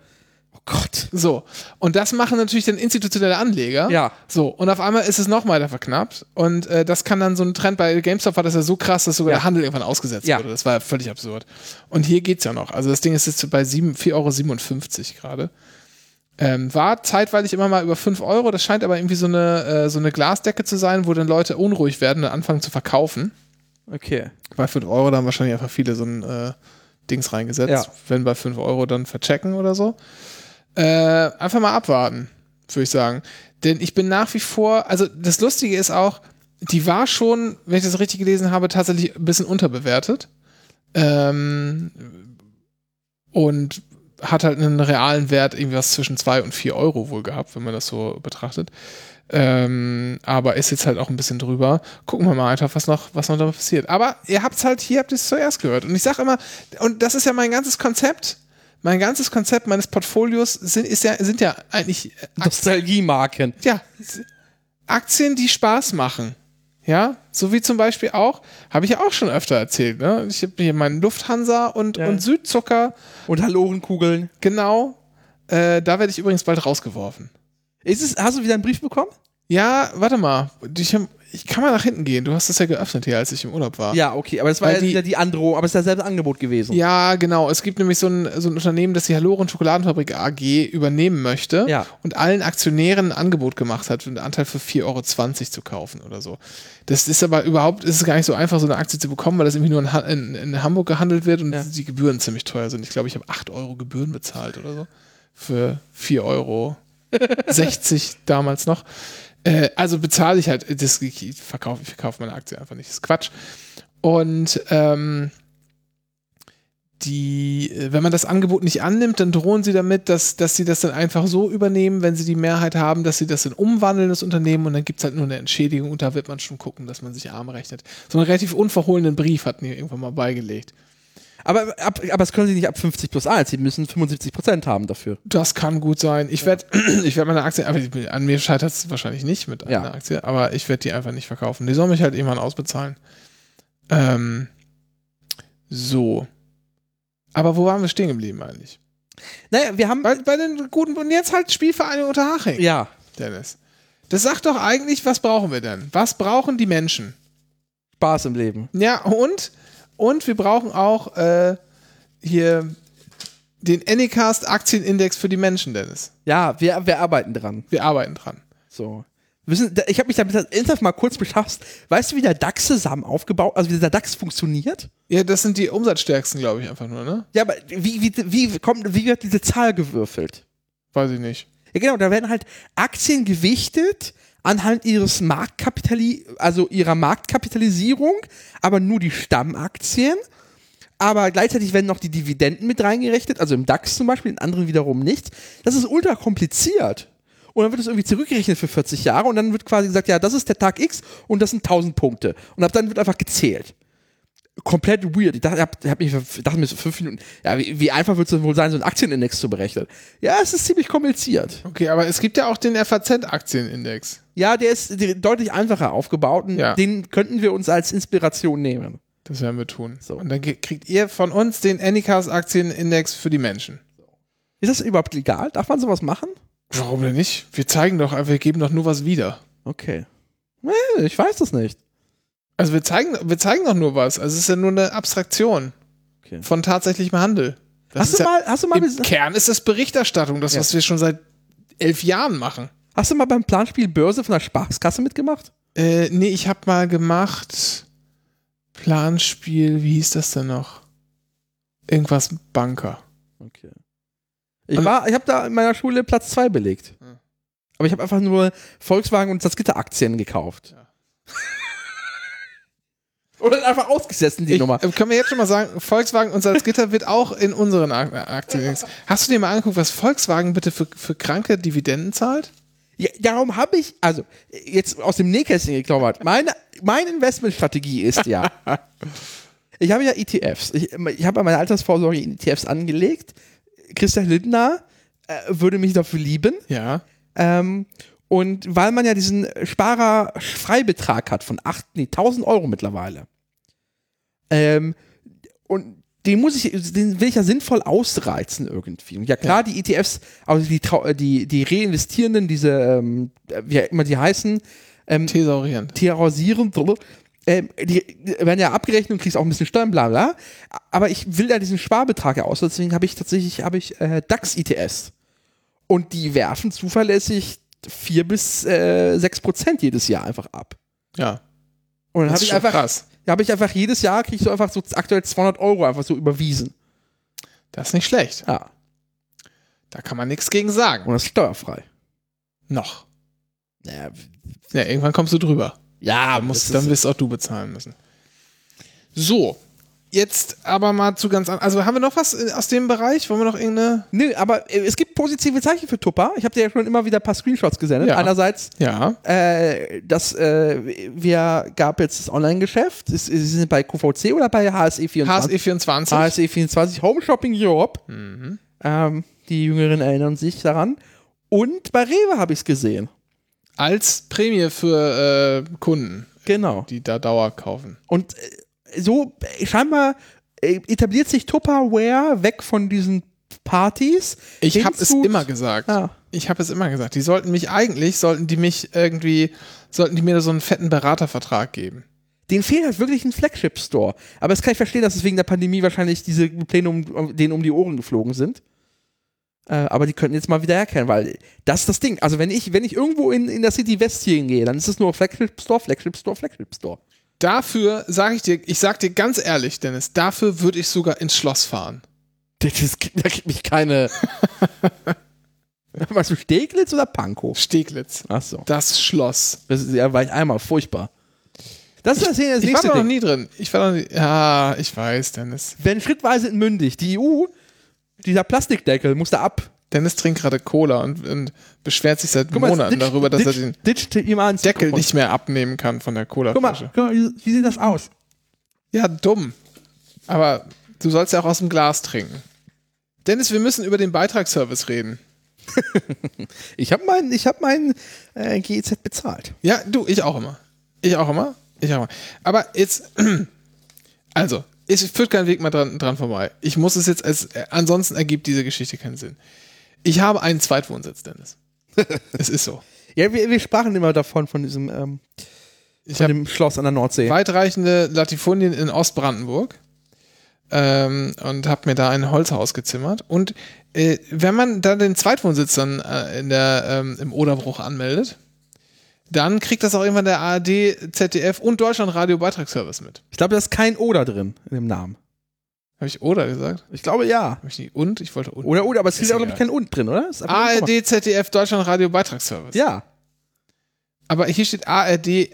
S2: Oh Gott.
S1: So. Und das machen natürlich dann institutionelle Anleger.
S2: Ja.
S1: So. Und auf einmal ist es noch weiter verknappt. Und äh, das kann dann so ein Trend bei GameStop war das ja so krass, dass sogar
S2: Ja.
S1: der Handel irgendwann ausgesetzt
S2: Ja.
S1: wurde. Das war ja völlig absurd. Und hier geht's ja noch. Also das Ding ist jetzt bei sieben- 4,57 Euro gerade. Ähm, war zeitweilig immer mal über 5 Euro. Das scheint aber irgendwie so eine, äh, so eine Glasdecke zu sein, wo dann Leute unruhig werden und anfangen zu verkaufen.
S2: Okay.
S1: Bei 5 Euro, da haben wahrscheinlich einfach viele so ein äh, Dings reingesetzt.
S2: Ja.
S1: Wenn bei 5 Euro, dann verchecken oder so. Äh, einfach mal abwarten, würde ich sagen. Denn ich bin nach wie vor, also das Lustige ist auch, die war schon, wenn ich das richtig gelesen habe, tatsächlich ein bisschen unterbewertet. Ähm, und hat halt einen realen Wert irgendwas zwischen 2 und 4 Euro wohl gehabt, wenn man das so betrachtet. Ähm, aber ist jetzt halt auch ein bisschen drüber. Gucken wir mal einfach, was noch, was noch da passiert. Aber ihr habt's halt, hier habt ihr es zuerst gehört. Und ich sage immer, und das ist ja mein ganzes Konzept. Mein ganzes Konzept meines Portfolios sind, ist ja, sind ja eigentlich äh,
S2: Nostalgie-Marken.
S1: ja, s- Aktien, die Spaß machen. Ja, so wie zum Beispiel auch, habe ich ja auch schon öfter erzählt, ne? Ich habe hier meinen Lufthansa und,
S2: Ja.
S1: und Südzucker,
S2: Und Halorenkugeln.
S1: genau. Äh, da werde ich übrigens bald rausgeworfen.
S2: Ist es, hast du wieder einen Brief bekommen?
S1: Ja, warte mal. Ich, hab- ich kann mal nach hinten gehen. Du hast das ja geöffnet hier, als ich im Urlaub war.
S2: Ja, okay, aber es war
S1: Weil
S2: ja
S1: die-
S2: wieder Ah. die Androhung, aber es ist dasselbe Angebot gewesen.
S1: Ja, genau. Es gibt nämlich so ein, so ein Unternehmen, das die Halloren Schokoladenfabrik AG übernehmen möchte
S2: Ja.
S1: und allen Aktionären ein Angebot gemacht hat, einen Anteil für 4,20 Euro zu kaufen oder so. Das ist aber überhaupt, ist es gar nicht so einfach, so eine Aktie zu bekommen, weil das irgendwie nur in, Ha- in, in Hamburg gehandelt wird und
S2: Ja.
S1: die Gebühren ziemlich teuer sind. Ich glaube, ich habe 8 Euro Gebühren bezahlt oder so. Für 4,60 Euro
S2: <laughs>
S1: damals noch. Äh, also bezahle ich halt, das, ich verkaufe ich verkauf meine Aktie einfach nicht. Das ist Quatsch. Und ähm, die, äh, wenn man das Angebot nicht annimmt, dann drohen sie damit, dass, dass sie das dann einfach so übernehmen, wenn sie die Mehrheit haben, dass sie das dann umwandeln, das Unternehmen, und dann gibt es halt nur eine Entschädigung und da wird man schon gucken, dass man sich arm rechnet. So einen relativ unverhohlenen Brief hatten die irgendwann mal beigelegt.
S2: Aber, ab, aber es können sie nicht ab 50 plus 1, sie müssen 75 Prozent haben dafür.
S1: Das kann gut sein. Ich werde ich werd <clears throat> meine Aktie, aber ich- an mir scheitert es wahrscheinlich nicht mit
S2: Ja.
S1: einer Aktie, aber ich werde die einfach nicht verkaufen. Die sollen mich halt irgendwann ausbezahlen. Ähm, so. Aber wo waren wir stehen geblieben eigentlich?
S2: Naja, wir haben.
S1: Bei, bei den guten, und jetzt halt Spielvereine Unterhaching.
S2: Ja.
S1: Dennis. Das sagt doch eigentlich, was brauchen wir denn? Was brauchen die Menschen?
S2: Spaß im Leben.
S1: Ja, und, und wir brauchen auch äh, hier den Anycast Aktienindex für die Menschen, Dennis.
S2: Ja, wir, wir arbeiten dran.
S1: Wir arbeiten dran.
S2: So. Wissen, da- ich habe mich damit ernsthaft mal kurz befasst. Weißt du, wie der DAX zusammen aufgebaut, also wie der DAX funktioniert?
S1: Ja, das sind die umsatzstärksten, glaube ich, einfach nur, ne?
S2: Ja, aber wie, wie, wie, kommt, wie wird diese Zahl gewürfelt?
S1: Weiß ich nicht.
S2: Ja, genau, da werden halt Aktien gewichtet anhand ihres Marktkapitali also ihrer Marktkapitalisierung, aber nur die Stammaktien. Aber gleichzeitig werden noch die Dividenden mit reingerechnet, also im DAX zum Beispiel, in anderen wiederum nicht. Das ist ultra kompliziert. Und dann wird es irgendwie zurückgerechnet für 40 Jahre und dann wird quasi gesagt, ja, das ist der Tag X und das sind 1000 Punkte. Und ab dann wird einfach gezählt komplett weird. Ich dachte, ich hab, ich hab mich, ich dachte mir so fünf Minuten, ja, wie, wie einfach wird es denn wohl sein, so einen Aktienindex zu berechnen? Ja, es ist ziemlich kompliziert.
S1: Okay, aber es gibt ja auch den FAZ-Aktienindex.
S2: Ja, der ist de- deutlich einfacher aufgebaut und
S1: Ja.
S2: den könnten wir uns als Inspiration nehmen.
S1: Das werden wir tun.
S2: So.
S1: Und dann ge- kriegt ihr von uns den Anycast Aktienindex für die Menschen.
S2: Ist das überhaupt legal? Darf man sowas machen?
S1: Warum denn nicht? Wir zeigen doch einfach, wir geben doch nur was wieder.
S2: Okay. Nee, Ich weiß das nicht.
S1: Also wir zeigen, wir zeigen doch nur was. Also es ist ja nur eine Abstraktion
S2: Okay.
S1: von tatsächlichem Handel. Das
S2: Hast
S1: ist
S2: du,
S1: ja,
S2: mal, hast, du mal,
S1: Im
S2: bes-
S1: Kern ist es Berichterstattung, das,
S2: Ja.
S1: was wir schon seit elf Jahren machen.
S2: hast du mal beim Planspiel Börse von der Spaßkasse mitgemacht?
S1: Äh, nee, ich habe mal gemacht Planspiel, wie hieß das denn noch? Irgendwas Banker.
S2: Okay. Ich,
S1: Und-
S2: war- ich habe da in meiner Schule Platz 2 belegt.
S1: Hm.
S2: Aber ich habe einfach nur Volkswagen und Salzgitter-Aktien gekauft. <laughs>
S1: Ja.
S2: Oder einfach ausgesessen, die
S1: Ich,
S2: Nummer.
S1: äh, können wir jetzt schon mal sagen, Volkswagen und Salzgitter wird auch in unseren Ak- Aktien. Hast du dir mal angeguckt, was Volkswagen bitte für, für kranke Dividenden zahlt?
S2: Ja, darum habe ich, also jetzt aus dem Nähkästchen geklammert, meine, meine Investmentstrategie ist ja, ich habe ja ETFs. Ich, ich habe meine Altersvorsorge in ETFs angelegt. Christian Lindner äh, würde mich dafür lieben.
S1: Ja.
S2: Ähm, und weil man ja diesen Sparer-Freibetrag hat von 8, nee, 1000 Euro mittlerweile. Ähm, und den muss ich, den will ich ja sinnvoll ausreizen irgendwie. Und ja klar, die ETFs, also die, Trau- äh, die, die Reinvestierenden, diese, ähm, wie immer die heißen, ähm,
S1: Thesaurierend.
S2: terrorisierend, ähm, die werden ja abgerechnet und kriegst auch ein bisschen Steuern, bla bla. Aber ich will ja diesen Sparbetrag ja aus, deswegen habe ich tatsächlich habe ich äh, DAX-ETS. Und die werfen zuverlässig 4 bis äh, 6 Prozent jedes Jahr einfach ab.
S1: Ja.
S2: Und dann
S1: Das
S2: habe
S1: ist
S2: ich,
S1: schon
S2: einfach-
S1: krass.
S2: da hab ich einfach jedes Jahr, kriege ich so einfach so aktuell 200 Euro einfach so überwiesen.
S1: Das ist nicht schlecht.
S2: Ja.
S1: Da kann man nichts gegen sagen.
S2: Und das ist steuerfrei.
S1: Noch.
S2: Ja,
S1: Ja, irgendwann kommst du drüber.
S2: ja
S1: Dann, musst,
S2: das
S1: dann
S2: ist-
S1: wirst auch du bezahlen müssen. So, jetzt aber mal zu ganz an. Also haben wir noch was äh, aus dem Bereich? Wollen wir noch irgendeine.
S2: Nö, aber äh, es gibt positive Zeichen für Tupper. Ich habe dir ja schon immer wieder ein paar Screenshots gesendet.
S1: Ja.
S2: Einerseits
S1: Ja.
S2: äh, das, äh, wir gab jetzt das Online-Geschäft. Ist- Sie sind bei QVC oder bei E
S1: E
S2: HSE24?
S1: HSE24.
S2: HSE24, E Home Shopping Europe.
S1: Mhm.
S2: Ähm, die Jüngeren erinnern sich daran. Und bei Rewe habe ich es gesehen.
S1: Als Prämie für äh, Kunden,
S2: Genau.
S1: die da Dauer kaufen.
S2: Und äh, so äh, scheinbar äh, etabliert sich Tupperware weg von diesen Partys. Ah.
S1: Ich habe es
S2: Hinzu-
S1: immer gesagt.
S2: Ja.
S1: Ich habe es immer gesagt. Die sollten mich eigentlich, sollten die mich irgendwie, sollten die mir so einen fetten Beratervertrag geben.
S2: Den fehlt halt wirklich ein Flagship-Store. Aber das kann ich verstehen, dass es wegen der Pandemie wahrscheinlich diese Pläne um, denen um die Ohren geflogen sind. Äh, aber die könnten jetzt mal wieder herkehren, weil das ist das Ding. Also wenn ich, wenn ich irgendwo in, in der City West hier hingehe, dann ist es nur Flagship-Store, Flagship-Store, Flagship-Store.
S1: Dafür sage ich dir, ich sag dir ganz ehrlich, Dennis, dafür würde ich sogar ins Schloss fahren.
S2: <laughs> Das ist, da gibt mich <laughs> keine... Meinst du Steglitz oder Pankow?
S1: Steglitz.
S2: Ach so.
S1: Das Schloss.
S2: Das ist, ja, war ich einmal, furchtbar. Das ist das, das
S1: Ich war da
S2: nächste
S1: noch
S2: Ding.
S1: nie drin. Ich war noch nie. Ja, ich weiß, Dennis.
S2: Wenn schrittweise entmündigt, die EU, dieser Plastikdeckel muss da ab.
S1: Dennis trinkt gerade Cola und, und beschwert sich seit Monaten
S2: ditcht-
S1: darüber, dass er
S2: ditcht-
S1: den
S2: ditcht ihm ans
S1: Deckel
S2: Mikrofon.
S1: nicht mehr abnehmen kann von der
S2: Guck mal,
S1: Cola-Flasche.
S2: guck mal, wie wie sieht das aus?
S1: Ja, dumm. Aber du sollst ja auch aus dem Glas trinken. Dennis, wir müssen über den Beitragsservice reden.
S2: Ich habe meinen ich hab mein, äh, GEZ bezahlt.
S1: Ja, du, ich auch immer. Ich auch immer. Ich auch immer. Aber jetzt, <clears throat> also, es führt kein Weg mehr dran, dran vorbei. Ich muss es jetzt als, äh, ansonsten ergibt diese Geschichte keinen Sinn. Ich habe einen Zweitwohnsitz, Dennis. es ist so.
S2: Ja, wir, wir sprachen immer davon, von diesem ähm,
S1: Ich
S2: von
S1: habe
S2: dem Schloss an der Nordsee.
S1: weitreichende Latifundien in Ostbrandenburg ähm, und habe mir da ein Holzhaus gezimmert. Und äh, wenn man dann den Zweitwohnsitz dann äh, in der, ähm, im Oderbruch anmeldet, dann kriegt das auch irgendwann der ARD, ZDF und Deutschlandradio Beitragsservice mit.
S2: Ich glaube, da ist kein Oder drin in dem Namen.
S1: Habe ich oder gesagt?
S2: Ich glaube, ja.
S1: Habe ich nicht und? Ich wollte und.
S2: Oder Oder, aber es
S1: Ist
S2: ist Ah, auch, glaube ich,
S1: egal.
S2: kein Und drin, oder? Ist aber- guck mal.
S1: ARD, ZDF, Deutschlandradio Beitragsservice.
S2: Ja.
S1: Aber hier steht ARD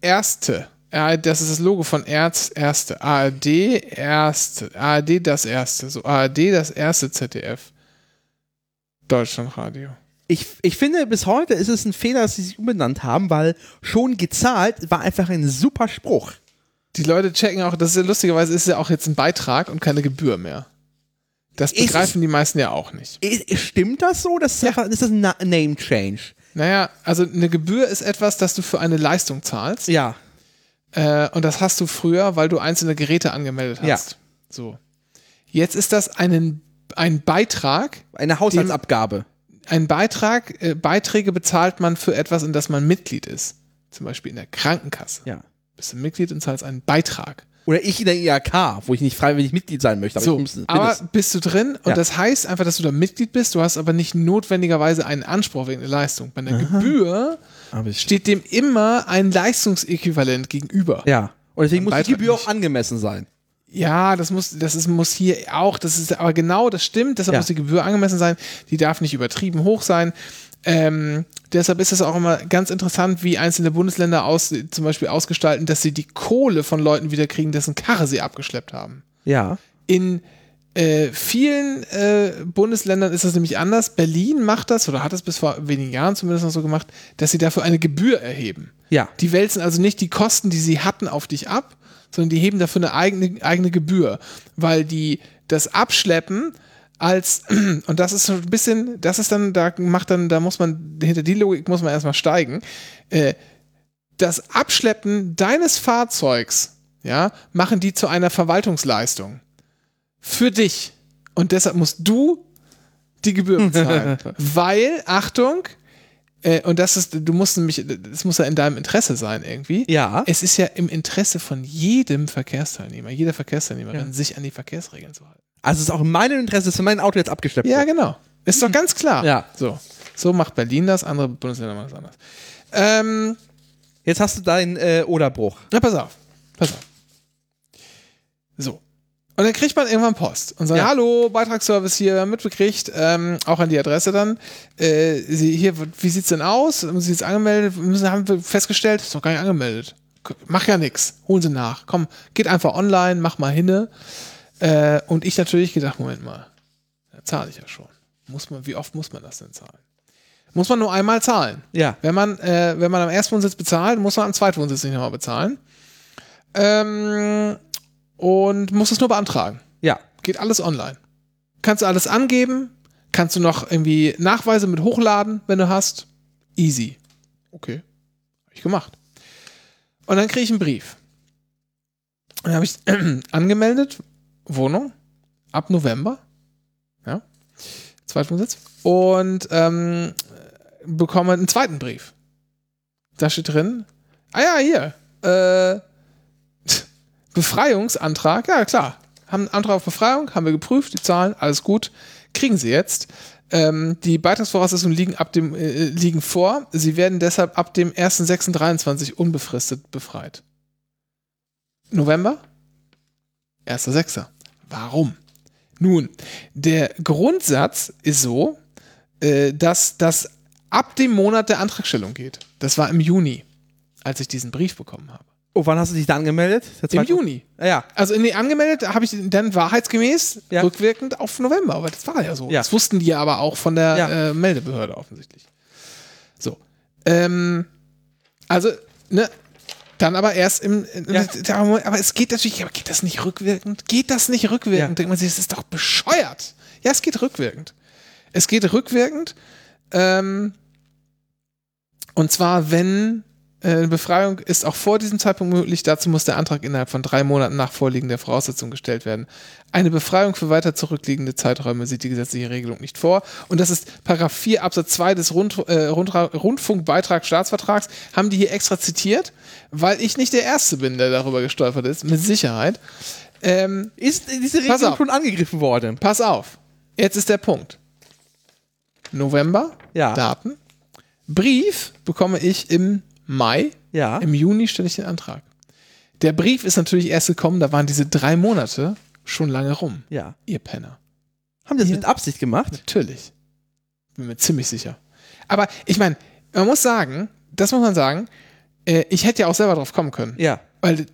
S1: Erste. ARD, Das ist das Logo von Erz Erste. ARD Erste. ARD das Erste. So ARD das Erste ZDF. Deutschlandradio.
S2: Ich, ich finde, bis heute ist es ein Fehler, dass sie sich umbenannt haben, weil schon gezahlt war einfach ein super Spruch.
S1: Die Leute checken auch, das ist ja lustigerweise ist ja auch jetzt ein Beitrag und keine Gebühr mehr. Das
S2: Ist es-
S1: begreifen die meisten ja auch nicht.
S2: I- Stimmt das so? Das ist, einfach, ist das ein Na- Name Change?
S1: Naja, also eine Gebühr ist etwas, das du für eine Leistung zahlst.
S2: Ja.
S1: Äh, und das hast du früher, weil du einzelne Geräte angemeldet
S2: Ja.
S1: hast. So. Jetzt ist das einen, ein Beitrag,
S2: Eine Haushaltsabgabe.
S1: ein Beitrag, äh, Beiträge bezahlt man für etwas, in das man Mitglied ist. Zum Beispiel in der Krankenkasse.
S2: Ja.
S1: Bist du Mitglied und zahlst einen Beitrag.
S2: Oder ich in der IAK, wo ich nicht freiwillig Mitglied sein möchte, aber ich
S1: so,
S2: muss, bin
S1: aber
S2: es.
S1: bist du drin und
S2: Ja.
S1: das heißt einfach, dass du da Mitglied bist, du hast aber nicht notwendigerweise einen Anspruch wegen der Leistung. Bei der Gebühr
S2: Aber ich-
S1: steht dem immer ein Leistungsäquivalent gegenüber.
S2: Ja. Und deswegen
S1: Ein
S2: muss die
S1: Beitrag
S2: Gebühr auch
S1: nicht.
S2: angemessen sein.
S1: Ja, das muss, das ist, muss hier auch, das ist aber genau, das stimmt, deshalb
S2: Ja.
S1: muss die Gebühr angemessen sein, die darf nicht übertrieben hoch sein. Ähm, deshalb ist es auch immer ganz interessant, wie einzelne Bundesländer aus, zum Beispiel ausgestalten, dass sie die Kohle von Leuten wiederkriegen, dessen Karre sie abgeschleppt haben.
S2: Ja.
S1: In äh, vielen äh, Bundesländern ist das nämlich anders. Berlin macht das oder hat es bis vor wenigen Jahren zumindest noch so gemacht, dass sie dafür eine Gebühr erheben.
S2: Ja.
S1: Die wälzen also nicht die Kosten, die sie hatten, auf dich ab, sondern die heben dafür eine eigene, eigene Gebühr, weil die das Abschleppen als, <clears throat> und das ist so ein bisschen, das ist dann, da macht dann, da muss man, hinter die Logik muss man erstmal steigen, äh, das Abschleppen deines Fahrzeugs, ja, machen die zu einer Verwaltungsleistung. Für dich. Und deshalb musst du die Gebühr bezahlen. weil, Achtung, äh, und das ist, du musst nämlich, das muss ja in deinem Interesse sein irgendwie.
S2: Ja.
S1: Es ist ja im Interesse von jedem Verkehrsteilnehmer, jeder Verkehrsteilnehmerin, sich an die Verkehrsregeln zu halten.
S2: Also es ist auch in meinem Interesse, dass mein Auto jetzt abgeschleppt
S1: Ja,
S2: wird.
S1: genau. Ist doch ganz klar.
S2: Ja.
S1: So. So macht Berlin das, andere Bundesländer machen das anders. Ähm,
S2: Jetzt hast du deinen äh, Oderbruch.
S1: na, pass auf. Pass auf. So. Und dann kriegt man irgendwann Post und sagt,
S2: Ja.
S1: hallo, Beitragsservice hier mitbekriegt, ähm, auch an die Adresse dann. Äh, sie, hier, wie sieht's denn aus? Haben Sie jetzt angemeldet? Wir Müssen, haben wir festgestellt, ist doch gar nicht angemeldet. Mach ja nix. Holen Sie nach. Komm, geht einfach online, mach mal hinne. Äh, und ich natürlich gedacht, Moment mal, da zahle ich ja schon. Muss man, wie oft muss man das denn zahlen? Muss man nur einmal zahlen.
S2: Ja.
S1: Wenn man, äh, wenn man am Erstwohnsitz bezahlt, muss man am Zweitwohnsitz nicht nochmal bezahlen. Ähm, und muss es nur beantragen.
S2: Ja.
S1: Geht alles online. Kannst du alles angeben? Kannst du noch irgendwie Nachweise mit hochladen, wenn du hast? Easy. Okay. Hab ich gemacht. Und dann kriege ich einen Brief. Und <clears throat> dann habe ich angemeldet, Wohnung, ab November. Ja. Zweitwohnsitz. Und ähm, bekomme einen zweiten Brief. Da steht drin, ah ja, hier, äh, Befreiungsantrag, ja klar, haben einen Antrag auf Befreiung, haben wir geprüft, die Zahlen, alles gut, kriegen sie jetzt. Ähm, die Beitragsvoraussetzungen liegen, ab dem, äh, liegen vor, sie werden deshalb ab dem 1.6.23 unbefristet befreit. November? 1.6. Warum? Nun, der Grundsatz ist so, äh, dass das ab dem Monat der Antragstellung geht. Das war im Juni, als ich diesen Brief bekommen habe.
S2: Oh, wann hast du dich da angemeldet? Der
S1: Im
S2: zweite-
S1: Juni.
S2: Ja, ja.
S1: Also nee, angemeldet habe ich dann wahrheitsgemäß
S2: Ja.
S1: rückwirkend auf November, aber das war ja so.
S2: Ja.
S1: Das wussten die aber auch von der
S2: Ja.
S1: äh, Meldebehörde offensichtlich. So. Ähm, also, ne, dann aber erst im.
S2: Ja.
S1: Aber aber es geht natürlich, aber geht das nicht rückwirkend? Geht das nicht rückwirkend?
S2: Ja.
S1: Denkt man sich, das ist doch bescheuert. Ja, es geht rückwirkend. Es geht rückwirkend. Ähm, und zwar, wenn äh, Befreiung ist auch vor diesem Zeitpunkt möglich. Dazu muss der Antrag innerhalb von drei Monaten nach Vorliegen der Voraussetzung gestellt werden. Eine Befreiung für weiter zurückliegende Zeiträume sieht die gesetzliche Regelung nicht vor. Und das ist Paragraph 4 Absatz 2 des Rund, äh, Rundra- Rundfunkbeitragsstaatsvertrags. Haben die hier extra zitiert, weil ich nicht der Erste bin, der darüber gestolpert ist, mit Sicherheit. Ähm,
S2: Ist diese
S1: Pass
S2: Regelung
S1: auf.
S2: schon angegriffen worden?
S1: pass auf, jetzt ist der Punkt. November,
S2: Ja.
S1: Daten. Brief bekomme ich im Mai
S2: Ja.
S1: im Juni stelle ich den Antrag. Der Brief ist natürlich erst gekommen, da waren diese drei Monate schon lange rum.
S2: Ja.
S1: Ihr Penner.
S2: Haben die das
S1: Hier.
S2: mit Absicht gemacht?
S1: Natürlich. Bin mir ziemlich sicher. Aber ich meine, man muss sagen, das muss man sagen, äh, ich hätte ja auch selber drauf kommen können.
S2: Ja.
S1: Weil,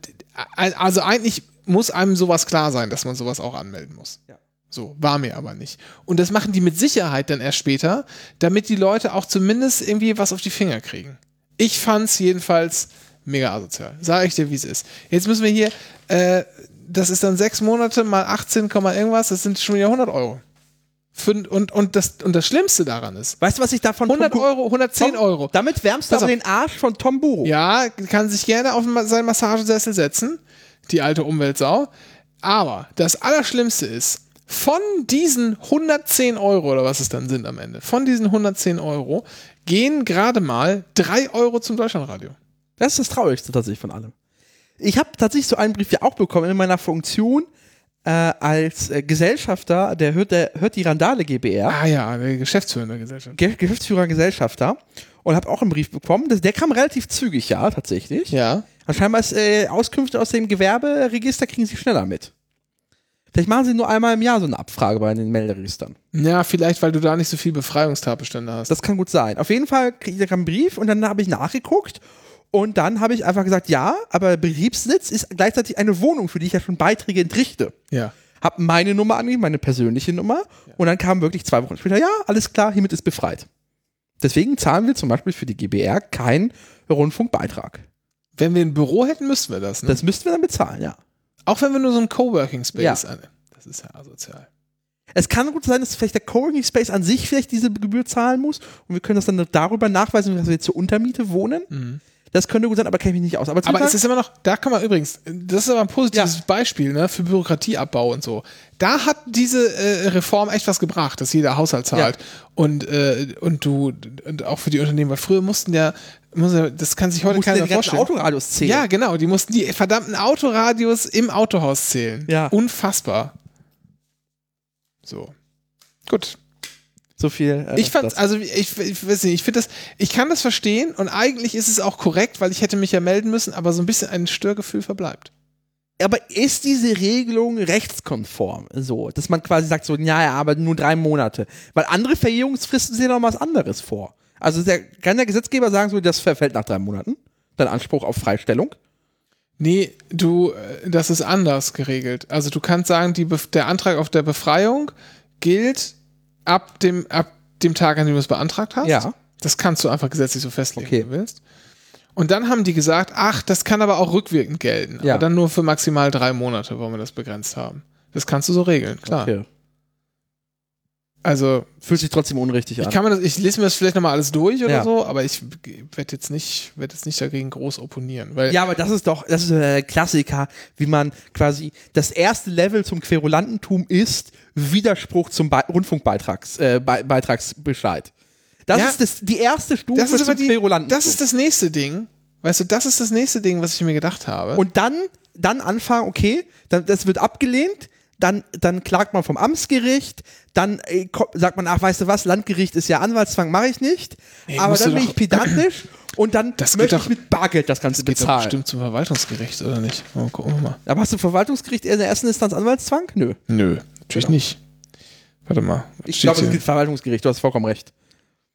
S1: also eigentlich muss einem sowas klar sein, dass man sowas auch anmelden muss.
S2: Ja.
S1: So, war mir aber nicht. Und das machen die mit Sicherheit dann erst später, damit die Leute auch zumindest irgendwie was auf die Finger kriegen. Ich fand's jedenfalls mega asozial. Sag ich dir, wie es ist. Jetzt müssen wir hier, äh, das ist dann sechs Monate mal 18, Komma irgendwas, das sind schon wieder 100 Euro. Fün- und, und, das, und das Schlimmste daran ist,
S2: Weißt du, was ich davon
S1: 100 Euro, 110 Euro.
S2: Damit wärmst du
S1: Pass
S2: aber
S1: auf.
S2: den Arsch von Tom Buro.
S1: Ja, kann sich gerne auf ma- seinen Massagesessel setzen, die alte Umweltsau. Aber das Allerschlimmste ist, von diesen 110 Euro oder was es dann sind am Ende, von diesen 110 Euro gehen gerade mal 3 Euro zum Deutschlandradio.
S2: Das ist das Traurigste tatsächlich von allem. Ich habe tatsächlich so einen Brief ja auch bekommen in meiner Funktion äh, als äh, Gesellschafter der Hört, der Hört die Randale GBR,
S1: Ah ja, der Geschäftsführer der Gesellschaft.
S2: Ge Geschäftsführer und Gesellschafter, und habe auch einen Brief bekommen. Das, der kam relativ zügig, ja, tatsächlich.
S1: Ja.
S2: Anscheinend ist, äh, Auskünfte aus dem Gewerberegister kriegen sie schneller mit. Vielleicht machen sie nur einmal im Jahr so eine Abfrage bei den Melderegistern.
S1: Ja, vielleicht, weil du da nicht so viel Befreiungstatbestände hast.
S2: Das kann gut sein. Auf jeden Fall krieg- da kam ein Brief und dann habe ich nachgeguckt und dann habe ich einfach gesagt, ja, aber Betriebssitz ist gleichzeitig eine Wohnung, für die ich ja schon Beiträge entrichte.
S1: ja.
S2: Hab meine Nummer angegeben, meine persönliche Nummer und dann kam wirklich zwei Wochen später, ja, alles klar, hiermit ist befreit. Deswegen zahlen wir zum Beispiel für die GBR keinen Rundfunkbeitrag.
S1: Wenn wir ein Büro hätten, müssten wir das. Ne?
S2: Das müssten wir dann bezahlen, ja.
S1: Auch wenn wir nur so ein Coworking Space
S2: Ja.
S1: an. Das ist ja asozial.
S2: Es kann gut sein, dass vielleicht der Coworking Space an sich vielleicht diese Gebühr zahlen muss und wir können das dann darüber nachweisen, dass wir zur Untermiete wohnen. Das könnte gut sein, aber kenne ich mich nicht aus. Hm. Aber,
S1: Aber es
S2: es ist
S1: ist immer noch, da kann man übrigens, das ist aber ein positives Beispiel ne, für Bürokratieabbau und so. Da hat diese äh, Reform echt was gebracht, dass jeder Haushalt zahlt. Und, äh, und du, und auch für die Unternehmen, weil früher mussten ja, muss ja das kann sich heute
S2: muss
S1: keiner
S2: den
S1: mehr
S2: ganzen
S1: vorstellen.
S2: Autoradios zählen.
S1: ja, genau, die mussten die verdammten Autoradios im Autohaus zählen.
S2: Ja.
S1: Unfassbar. So. Gut.
S2: so viel. äh,
S1: Ich fand's,
S2: das-
S1: also ich, ich weiß nicht, ich finde das, ich kann das verstehen und eigentlich ist es auch korrekt, weil ich hätte mich ja melden müssen, aber so ein bisschen ein Störgefühl verbleibt.
S2: aber ist diese Regelung rechtskonform? So, dass man quasi sagt so, ja, ja, aber nur drei Monate. Weil andere Verjährungsfristen sehen noch was anderes vor. Also der, kann der Gesetzgeber sagen so, das verfällt nach drei Monaten, dein Anspruch auf Freistellung?
S1: Nee, du, äh, das ist anders geregelt. Also du kannst sagen, die Bef der Antrag auf der Befreiung gilt ab dem, ab dem Tag, an dem du es beantragt hast.
S2: Ja.
S1: Das kannst du einfach gesetzlich so festlegen,
S2: Okay.
S1: wenn du willst. Und dann haben die gesagt, ach, das kann aber auch rückwirkend gelten.
S2: Ja.
S1: Aber dann nur für maximal drei Monate wollen wir das begrenzt haben. Das kannst du so regeln, klar.
S2: Okay.
S1: Also,
S2: Fühlt sich trotzdem unrichtig
S1: ich
S2: an.
S1: kann mir das, ich lese mir das vielleicht nochmal alles durch oder
S2: Ja.
S1: so, aber ich werde jetzt nicht, werde jetzt nicht dagegen groß opponieren, weil
S2: Ja, aber das ist doch, das ist der Klassiker, wie man quasi das erste Level zum Querulantentum ist Widerspruch zum Be Rundfunkbeitrags, äh, Be Beitragsbescheid. Das
S1: Ja.
S2: ist das, die erste Stufe
S1: das ist
S2: zum
S1: aber die,
S2: Querulantentum.
S1: das ist das nächste Ding. Weißt du, das ist das nächste Ding, was ich mir gedacht habe.
S2: Und dann, dann anfangen, okay, dann, das wird abgelehnt, dann, dann klagt man vom Amtsgericht, dann äh, ko- sagt man, ach, weißt du was, Landgericht ist ja Anwaltszwang, mache ich nicht. aber
S1: musst
S2: dann
S1: du
S2: bin
S1: doch-
S2: ich pedantisch und dann
S1: Das geht
S2: möchte ich
S1: doch-
S2: mit Bargeld das Ganze
S1: Geht doch
S2: bezahlen.
S1: bestimmt zum Verwaltungsgericht, oder nicht? Oh, gucken wir mal.
S2: Aber hast du Verwaltungsgericht in der ersten Instanz Anwaltszwang? Nö. Genau.
S1: Nö, natürlich nicht. Warte mal. was
S2: Ich
S1: steht
S2: glaube, es
S1: hier?
S2: gibt Verwaltungsgericht, du hast vollkommen recht.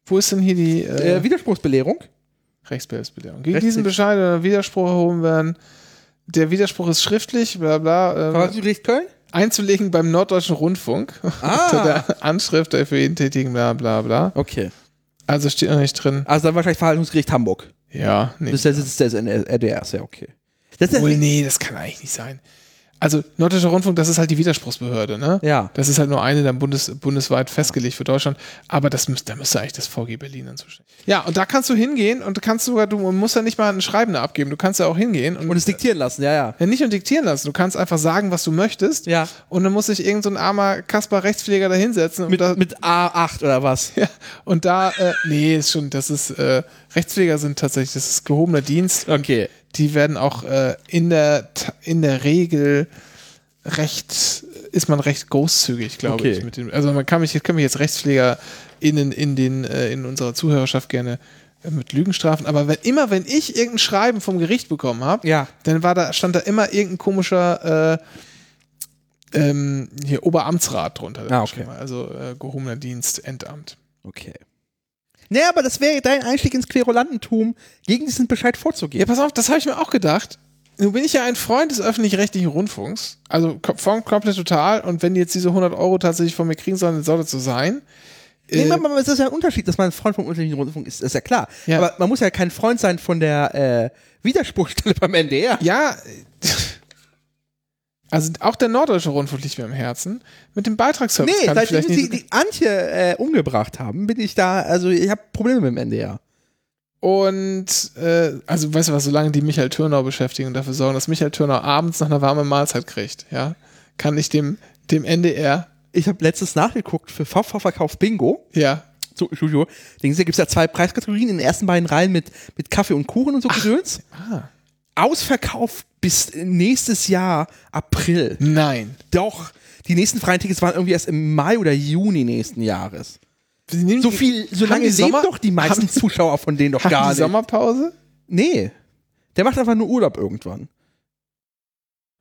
S1: Wo ist denn hier die äh,
S2: Äh, Widerspruchsbelehrung?
S1: Rechtsbehelfsbelehrung? Gegen
S2: Rechts-
S1: diesen Bescheid oder Widerspruch erhoben werden. Der Widerspruch ist schriftlich, bla bla, äh,
S2: Verwaltungsgericht Köln?
S1: einzulegen beim Norddeutschen Rundfunk
S2: Ah.
S1: <laughs> unter der Anschrift der für ihn tätigen, bla bla bla.
S2: Okay.
S1: Also steht noch nicht drin.
S2: Also dann wahrscheinlich Verwaltungsgericht Hamburg.
S1: Ja, nee.
S2: Das ist der Sitz des NRDRs, ja, okay. Das
S1: <laughs>
S2: ist
S1: Obwohl, nee, das kann eigentlich nicht sein. Also, Norddeutscher Rundfunk, das ist halt die Widerspruchsbehörde, ne?
S2: Ja.
S1: Das ist halt nur eine dann bundes, bundesweit festgelegt für Deutschland. Aber das müsste, da müsste eigentlich das VG Berlin dann zuständig. Ja, und da kannst du hingehen und kannst sogar, du musst ja nicht mal einen Schreibender abgeben. Du kannst ja auch hingehen und,
S2: Und es diktieren lassen, ja, ja.
S1: ja, nicht und diktieren lassen. Du kannst einfach sagen, was du möchtest.
S2: Ja.
S1: Und dann muss sich irgendein so ein armer Kasper Rechtspfleger da hinsetzen und da, <laughs>
S2: mit A8 oder was?
S1: ja, und da, äh, nee, ist schon, das ist, äh, Rechtspfleger sind tatsächlich, das ist gehobener Dienst.
S2: Okay.
S1: die werden auch äh, in, der, Ta- in der Regel recht, ist man recht großzügig, glaube
S2: Okay.
S1: ich. Mit dem, also man kann mich, kann mich jetzt Rechtspfleger in, in, den, äh, in unserer Zuhörerschaft gerne äh, mit Lügen strafen, aber wenn, immer wenn ich irgendein Schreiben vom Gericht bekommen habe,
S2: Ja.
S1: dann war da, stand da immer irgendein komischer äh, ähm, hier Oberamtsrat drunter.
S2: Ah, okay.
S1: Also äh, gehobener Dienst, Endamt.
S2: Okay. Naja, aber das wäre dein Einstieg ins Querulantentum, gegen diesen Bescheid
S1: Ja,
S2: vorzugehen.
S1: pass auf, das habe ich mir auch gedacht. Nun bin ich ja ein Freund des öffentlich-rechtlichen Rundfunks. Also kom- vom komplett total. Und wenn die jetzt diese 100 Euro tatsächlich von mir kriegen sollen, dann soll das so sein. Äh,
S2: Nee, aber es ist ja ein Unterschied, dass man ein Freund vom öffentlichen Rundfunk ist, ist ja klar.
S1: Ja.
S2: Aber man muss ja kein Freund sein von der äh, Widerspruchsstelle <laughs> beim NDR.
S1: ja. <laughs> äh, Also auch der norddeutsche Rundfunk liegt mir am Herzen. Mit dem Beitragsservice
S2: Nee,
S1: kann ich
S2: seitdem
S1: vielleicht nicht.
S2: sie die Antje äh, umgebracht haben, bin ich da, also ich habe Probleme mit dem NDR.
S1: Und äh, also weißt du was, solange die Michael Türnau beschäftigen und dafür sorgen, dass Michael Türnau abends noch eine warme Mahlzeit kriegt, ja, kann ich dem, dem NDR,
S2: Ich habe letztens nachgeguckt für VV-Verkauf Bingo.
S1: ja,
S2: So, Entschuldigung. Links, Da gibt's ja zwei Preiskategorien. In den ersten beiden Reihen mit, mit Kaffee und Kuchen und so Gedöns.
S1: ah,
S2: Ausverkauft bis nächstes Jahr April.
S1: nein.
S2: Doch. Die nächsten freien Tickets waren irgendwie erst im Mai oder Juni nächsten Jahres.
S1: Sie nehmen
S2: So
S1: die-
S2: viel, so
S1: haben
S2: lange
S1: die
S2: leben
S1: Sommer-
S2: doch die meisten
S1: haben-
S2: Zuschauer von denen doch
S1: haben
S2: gar
S1: die
S2: nicht.
S1: Sommerpause?
S2: Nee. Der macht einfach nur Urlaub irgendwann.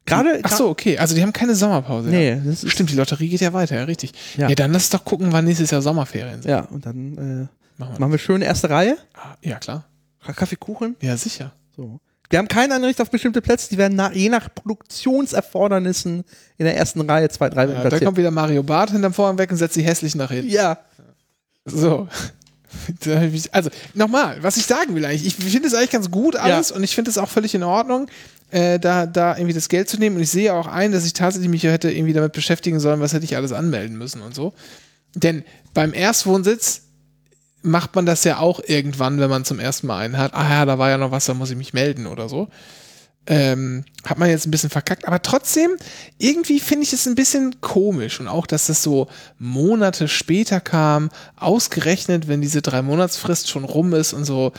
S2: Gerade.
S1: Ach so, okay. Also die haben keine Sommerpause. Ja.
S2: Nee, das ist,
S1: Stimmt, die Lotterie geht ja weiter, ja, richtig.
S2: Ja.
S1: Ja, dann lass doch gucken, wann nächstes Jahr Sommerferien sind.
S2: Ja, und dann äh,
S1: Machen wir.
S2: machen wir schöne erste Reihe.
S1: Ah, ja, klar.
S2: Kaffee, Kuchen.
S1: Ja, sicher.
S2: So. Wir haben kein Anrecht auf bestimmte Plätze, die werden nach, je nach Produktionserfordernissen in der ersten Reihe zwei, drei
S1: Ja, da
S2: platziert.
S1: kommt wieder Mario Barth hinterm Vorhang weg und setzt die hässlich nach hinten.
S2: ja.
S1: So. <laughs> Da hab ich- Also, nochmal, was ich sagen will eigentlich, ich finde es eigentlich ganz gut alles und ich finde es auch völlig in Ordnung, äh, da, da irgendwie das Geld zu nehmen. Und ich sehe auch ein, dass ich tatsächlich mich ja hätte irgendwie damit beschäftigen sollen, was hätte ich alles anmelden müssen und so. Denn beim Erstwohnsitz macht man das ja auch irgendwann, wenn man zum ersten Mal einen hat. Ah ja, da war ja noch was, da muss ich mich melden oder so. Ähm, hat man jetzt ein bisschen verkackt, aber trotzdem, irgendwie finde ich es ein bisschen komisch und auch, dass das so Monate später kam, ausgerechnet, wenn diese drei Monatsfrist schon rum ist und so.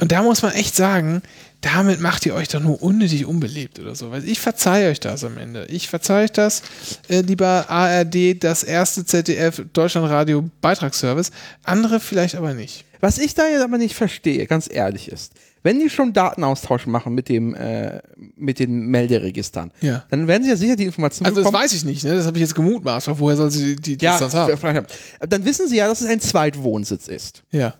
S1: Und da muss man echt sagen, damit macht ihr euch doch nur unnötig unbelebt oder so. Weil ich verzeihe euch das am Ende. Ich verzeihe euch das, äh, lieber ARD, das erste ZDF Deutschlandradio Beitragsservice. Andere vielleicht aber nicht.
S2: Was ich da jetzt aber nicht verstehe, ganz ehrlich ist, wenn die schon Datenaustausch machen mit dem äh, mit den Melderegistern,
S1: Ja.
S2: dann werden sie ja sicher die Informationen
S1: Also das
S2: bekommen.
S1: weiß ich nicht, ne? Das habe ich jetzt gemutmaßt. Aber woher soll sie die, die
S2: ja,
S1: Distanz haben?
S2: dann wissen sie ja, dass es ein Zweitwohnsitz ist.
S1: Ja.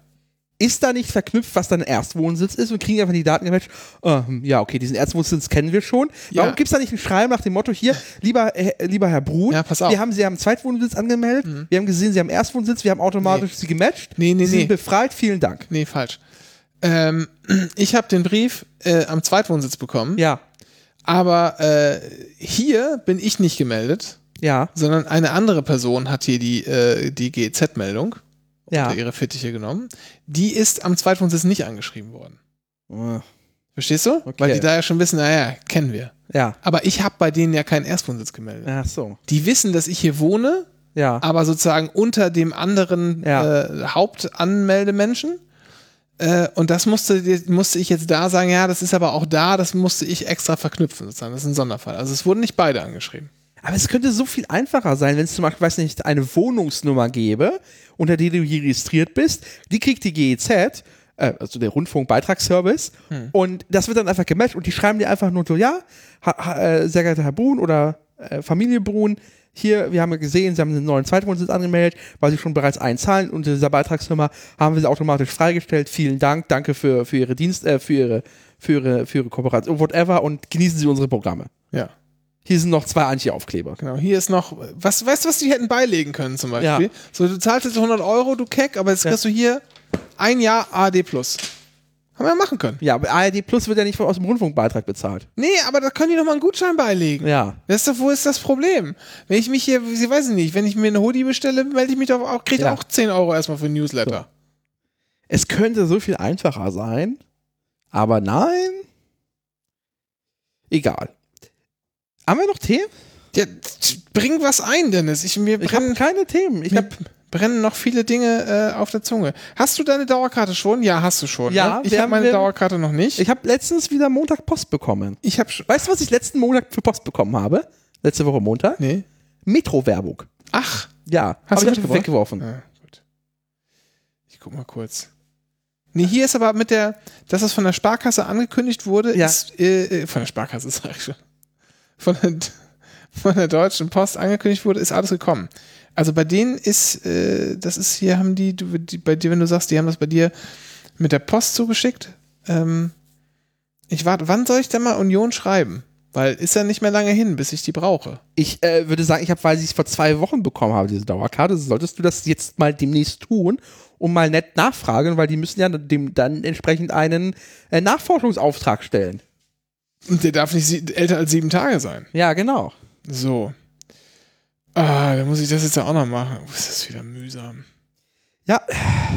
S2: Ist da nicht verknüpft, was dann ein Erstwohnsitz ist und kriegen einfach die Daten gematcht? Ah, hm, ja, okay, diesen Erstwohnsitz kennen wir schon.
S1: Ja.
S2: Warum gibt es da nicht ein Schreiben nach dem Motto, hier, lieber, äh, lieber Herr Brut,
S1: Ja, pass auf. Mhm.
S2: wir haben Sie haben einen Zweitwohnsitz angemeldet, wir haben gesehen, Sie haben einen Erstwohnsitz, wir haben automatisch Sie gematcht,
S1: Nee, nee,
S2: Sie
S1: nee.
S2: sind befreit, vielen Dank.
S1: Nee, falsch. Ähm, <clears throat> ich habe den Brief äh, am Zweitwohnsitz bekommen,
S2: Ja,
S1: aber äh, hier bin ich nicht gemeldet.
S2: Ja,
S1: sondern eine andere Person hat hier die, äh, die GEZ-Meldung
S2: ja.
S1: oder ihre Fittiche genommen. Die ist am Zweitwohnsitz nicht angeschrieben worden. Verstehst du?
S2: Okay.
S1: Weil die da ja schon wissen, naja, kennen wir.
S2: Ja.
S1: Aber ich habe bei denen ja keinen Erstwohnsitz gemeldet.
S2: Ach so.
S1: Die wissen, dass ich hier wohne,
S2: Ja.
S1: aber sozusagen unter dem anderen
S2: Ja.
S1: äh, Hauptanmeldemenschen. Äh, und das musste, musste ich jetzt da sagen, ja, das ist aber auch da, das musste ich extra verknüpfen, sozusagen. Das ist ein Sonderfall. Also es wurden nicht beide angeschrieben.
S2: Aber es könnte so viel einfacher sein, wenn es zum Beispiel, weiß nicht, eine Wohnungsnummer gäbe, unter der du hier registriert bist. Die kriegt die GEZ, äh, also der Rundfunkbeitragsservice, und das wird dann einfach gemeldet und die schreiben dir einfach nur so, ja, ha, ha, äh, sehr geehrter Herr Brun oder äh, Familie Brun, hier, wir haben ja gesehen, Sie haben einen neuen Zweitwohnsitz angemeldet, weil Sie schon bereits einzahlen und dieser Beitragsnummer haben wir Sie automatisch freigestellt. Vielen Dank, danke für, für Ihre Dienst, äh, für Ihre, für Ihre, für Ihre Kooperation, whatever und genießen Sie unsere Programme.
S1: Ja.
S2: Hier sind noch zwei Anti-Aufkleber.
S1: Genau, hier ist noch, was, weißt du, was die hätten beilegen können zum Beispiel?
S2: Ja.
S1: So, du zahlst jetzt 100 Euro, du Keck, aber jetzt kriegst du hier ein Jahr AD+. Plus. Haben wir ja machen können.
S2: Ja, aber ARD Plus wird ja nicht von- aus dem Rundfunkbeitrag bezahlt.
S1: Nee, aber da können die nochmal einen Gutschein beilegen.
S2: Ja.
S1: Weißt du, wo ist das Problem? Wenn ich mich hier, sie weiß ich nicht, wenn ich mir eine Hoodie bestelle, melde ich mich doch auch, kriege ich
S2: Ja.
S1: auch 10 Euro erstmal für ein Newsletter.
S2: Es könnte so viel einfacher sein, aber nein. Egal. Haben wir noch Themen?
S1: Ja, tsch, bring was ein, Dennis. Ich, mir
S2: Ich habe
S1: brennen,
S2: keine Themen. Ich
S1: mir
S2: hab,
S1: brennen noch viele Dinge äh, auf der Zunge. Hast du deine Dauerkarte schon? Ja, hast du schon.
S2: Ja,
S1: ne? ich
S2: wir
S1: habe
S2: haben-
S1: meine
S2: wir-
S1: Dauerkarte noch nicht.
S2: ich hab letztens wieder Montag Post bekommen.
S1: ich habe schon.
S2: Weißt du, was ich letzten Montag für Post bekommen habe? Letzte Woche Montag?
S1: Nee.
S2: Metro-Werbung.
S1: Ach. Hast
S2: Ja. Hab
S1: du
S2: ich einfach
S1: mitgebracht?
S2: weggeworfen.
S1: Ah, gut. Ich guck mal kurz. Nee, hier ist aber mit der, dass das von der Sparkasse angekündigt wurde,
S2: Ja.
S1: ist, äh, äh, von der Sparkasse <laughs> sag ich schon, von der, von der Deutschen Post angekündigt wurde, ist alles gekommen. Also bei denen ist, äh, das ist hier, haben die, du- die, bei dir, wenn du sagst, die haben das bei dir mit der Post zugeschickt. Ähm, ich warte, wann soll ich denn mal Union schreiben? Weil ist ja nicht mehr lange hin, bis ich die brauche.
S2: Ich äh, würde sagen, ich habe, weil ich es vor zwei Wochen bekommen habe, diese Dauerkarte, solltest du das jetzt mal demnächst tun und mal nett nachfragen, weil die müssen ja dem dann entsprechend einen äh, Nachforschungsauftrag stellen.
S1: Und der darf nicht sie- älter als sieben Tage sein.
S2: Ja, genau.
S1: So. Ah, dann muss ich das jetzt ja auch noch machen. Oh, ist das wieder mühsam.
S2: Ja,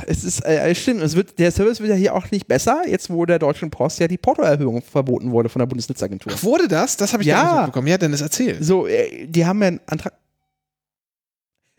S2: es ist äh, äh, stimmt. Es wird, der Service wird ja hier auch nicht besser, jetzt wo der Deutschen Post ja die Portoerhöhung verboten wurde von der Bundesnetzagentur.
S1: Ach, wurde das? Das habe ich
S2: Ja.
S1: gar nicht mitbekommen. Ja, Dennis, erzähl.
S2: So, äh, die haben ja einen Antrag.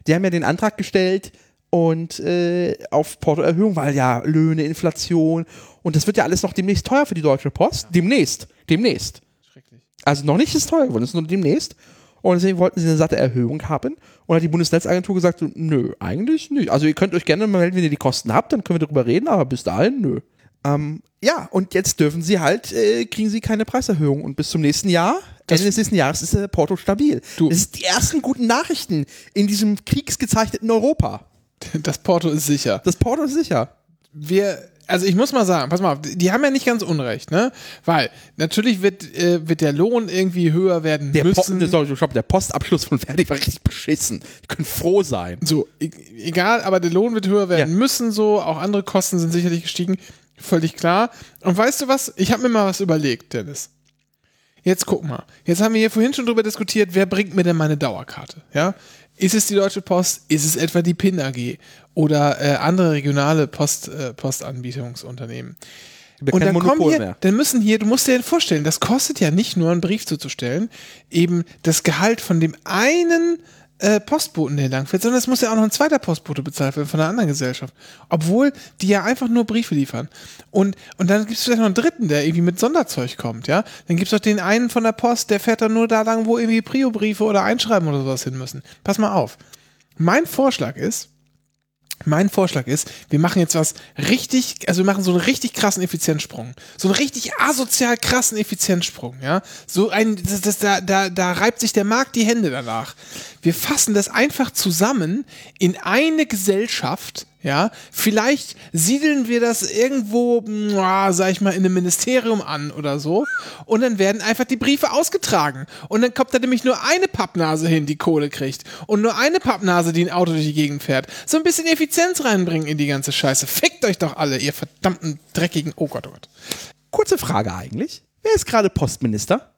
S2: Die haben ja den Antrag gestellt und äh, auf Portoerhöhung, weil ja Löhne, Inflation und das wird ja alles noch demnächst teuer für die Deutsche Post. Demnächst, demnächst.
S1: Schrecklich.
S2: Also noch nicht ist teuer geworden, ist nur demnächst. Und deswegen wollten sie eine satte Erhöhung haben. Und hat die Bundesnetzagentur gesagt, so, nö, eigentlich nicht. Also ihr könnt euch gerne mal melden, wenn ihr die Kosten habt, dann können wir darüber reden, aber bis dahin, nö. Ähm, ja, und jetzt dürfen sie halt, äh, kriegen sie keine Preiserhöhung. Und bis zum nächsten Jahr,
S1: Das-
S2: Ende des nächsten Jahres, ist der Porto stabil.
S1: Du-
S2: Das sind die ersten guten Nachrichten in diesem kriegsgezeichneten Europa.
S1: <laughs> Das Porto ist sicher.
S2: Das Porto ist sicher.
S1: Wir, also ich muss mal sagen, pass mal auf, die haben ja nicht ganz unrecht, ne? Weil natürlich wird, äh, wird der Lohn irgendwie höher werden
S2: Der, po
S1: müssen.
S2: ne, sorry, stopp, der Postabschluss von Verdi war richtig beschissen. Die können froh sein.
S1: So, e- egal, aber der Lohn wird höher werden
S2: Ja.
S1: müssen, so, auch andere Kosten sind sicherlich gestiegen, völlig klar. Und weißt du was? Ich habe mir mal was überlegt, Dennis. Jetzt guck mal. Jetzt haben wir hier vorhin schon drüber diskutiert, wer bringt mir denn meine Dauerkarte? Ja? Ist es die Deutsche Post? Ist es etwa die PIN AG? Oder äh, andere regionale Post, äh, Postanbietungsunternehmen?
S2: Wir
S1: Und dann, kommen hier, dann müssen hier, du musst dir vorstellen, das kostet ja nicht nur einen Brief zuzustellen, eben das Gehalt von dem einen äh, Postboten, der lang fährt, sondern es muss ja auch noch ein zweiter Postbote bezahlt werden von einer anderen Gesellschaft. Obwohl die ja einfach nur Briefe liefern. Und, und dann gibt es vielleicht noch einen dritten, der irgendwie mit Sonderzeug kommt, ja. Dann gibt es doch den einen von der Post, der fährt dann nur da lang, wo irgendwie Prio-Briefe oder Einschreiben oder sowas hin müssen. Pass mal auf. Mein Vorschlag ist, mein Vorschlag ist, wir machen jetzt was richtig, also wir machen so einen richtig krassen Effizienzsprung. So einen richtig asozial krassen Effizienzsprung, ja. So ein, das, das, da, da, da reibt sich der Markt die Hände danach. Wir fassen das einfach zusammen in eine Gesellschaft, ja. Vielleicht siedeln wir das irgendwo, mua, sag ich mal, in einem Ministerium an oder so. Und dann werden einfach die Briefe ausgetragen. Und dann kommt da nämlich nur eine Pappnase hin, die Kohle kriegt. Und nur eine Pappnase, die ein Auto durch die Gegend fährt. So ein bisschen Effizienz reinbringen in die ganze Scheiße. Fickt euch doch alle, ihr verdammten, dreckigen, oh Gott, oh Gott.
S2: Kurze Frage eigentlich. Wer ist gerade Postminister?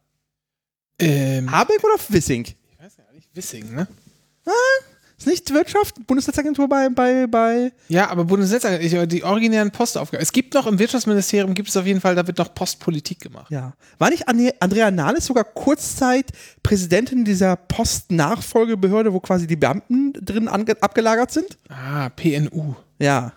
S1: Ähm,
S2: Habeck oder Wissing?
S1: Wissing, ne?
S2: Ist nicht Wirtschaft, Bundesnetzagentur bei, bei, bei.
S1: Ja, aber Bundesnetzagentur, die originären Postaufgaben. Es gibt noch im Wirtschaftsministerium, gibt es auf jeden Fall, da wird noch Postpolitik gemacht.
S2: Ja. War nicht Ane- Andrea Nahles sogar kurzzeit Präsidentin dieser Postnachfolgebehörde, wo quasi die Beamten drin ange abgelagert sind?
S1: Ah, PNU,
S2: Ja.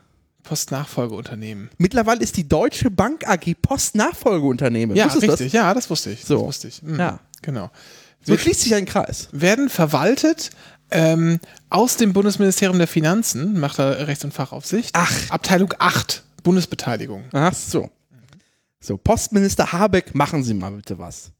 S1: Postnachfolgeunternehmen.
S2: Mittlerweile ist die Deutsche Bank AG Postnachfolgeunternehmen.
S1: Ja,
S2: Wusstest du
S1: richtig, ja, das wusste ich.
S2: So.
S1: Das wusste ich. Mhm.
S2: Ja.
S1: Genau.
S2: Das? So schließt sich ein Kreis.
S1: werden verwaltet ähm, aus dem Bundesministerium der Finanzen, macht da Rechts- und Fachaufsicht.
S2: Ach.
S1: Abteilung 8, Bundesbeteiligung.
S2: Ach so.
S1: Mhm.
S2: So, Postminister Habeck, machen Sie mal bitte was.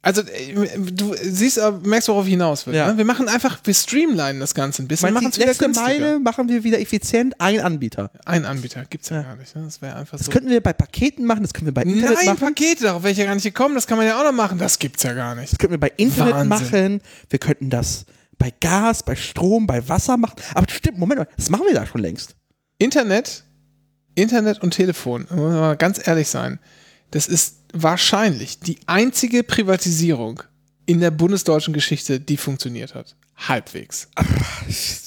S1: Also äh, du siehst, äh, merkst, worauf ich hinaus will.
S2: Ja.
S1: Ne? Wir machen einfach, wir streamlinen das Ganze ein bisschen, machen
S2: Meinst du,
S1: es wieder
S2: letzte
S1: günstiger.
S2: Meile machen wir wieder effizient einen Anbieter.
S1: Ein Anbieter gibt's ja,
S2: Ja.
S1: gar nicht. Ne? Das wäre einfach
S2: Das
S1: so.
S2: könnten wir bei Paketen machen, das können wir bei Internet
S1: Nein,
S2: machen.
S1: Pakete, darauf wäre ich ja gar nicht gekommen. Das kann man ja auch noch machen. Das gibt's ja gar nicht.
S2: Das könnten wir bei Internet
S1: Wahnsinn.
S2: machen. Wir könnten das bei Gas, bei Strom, bei Wasser machen. Aber stimmt, Moment mal, das machen wir da schon längst.
S1: Internet, Internet und Telefon, da muss man mal ganz ehrlich sein, das ist wahrscheinlich die einzige Privatisierung in der bundesdeutschen Geschichte, die funktioniert hat. Halbwegs.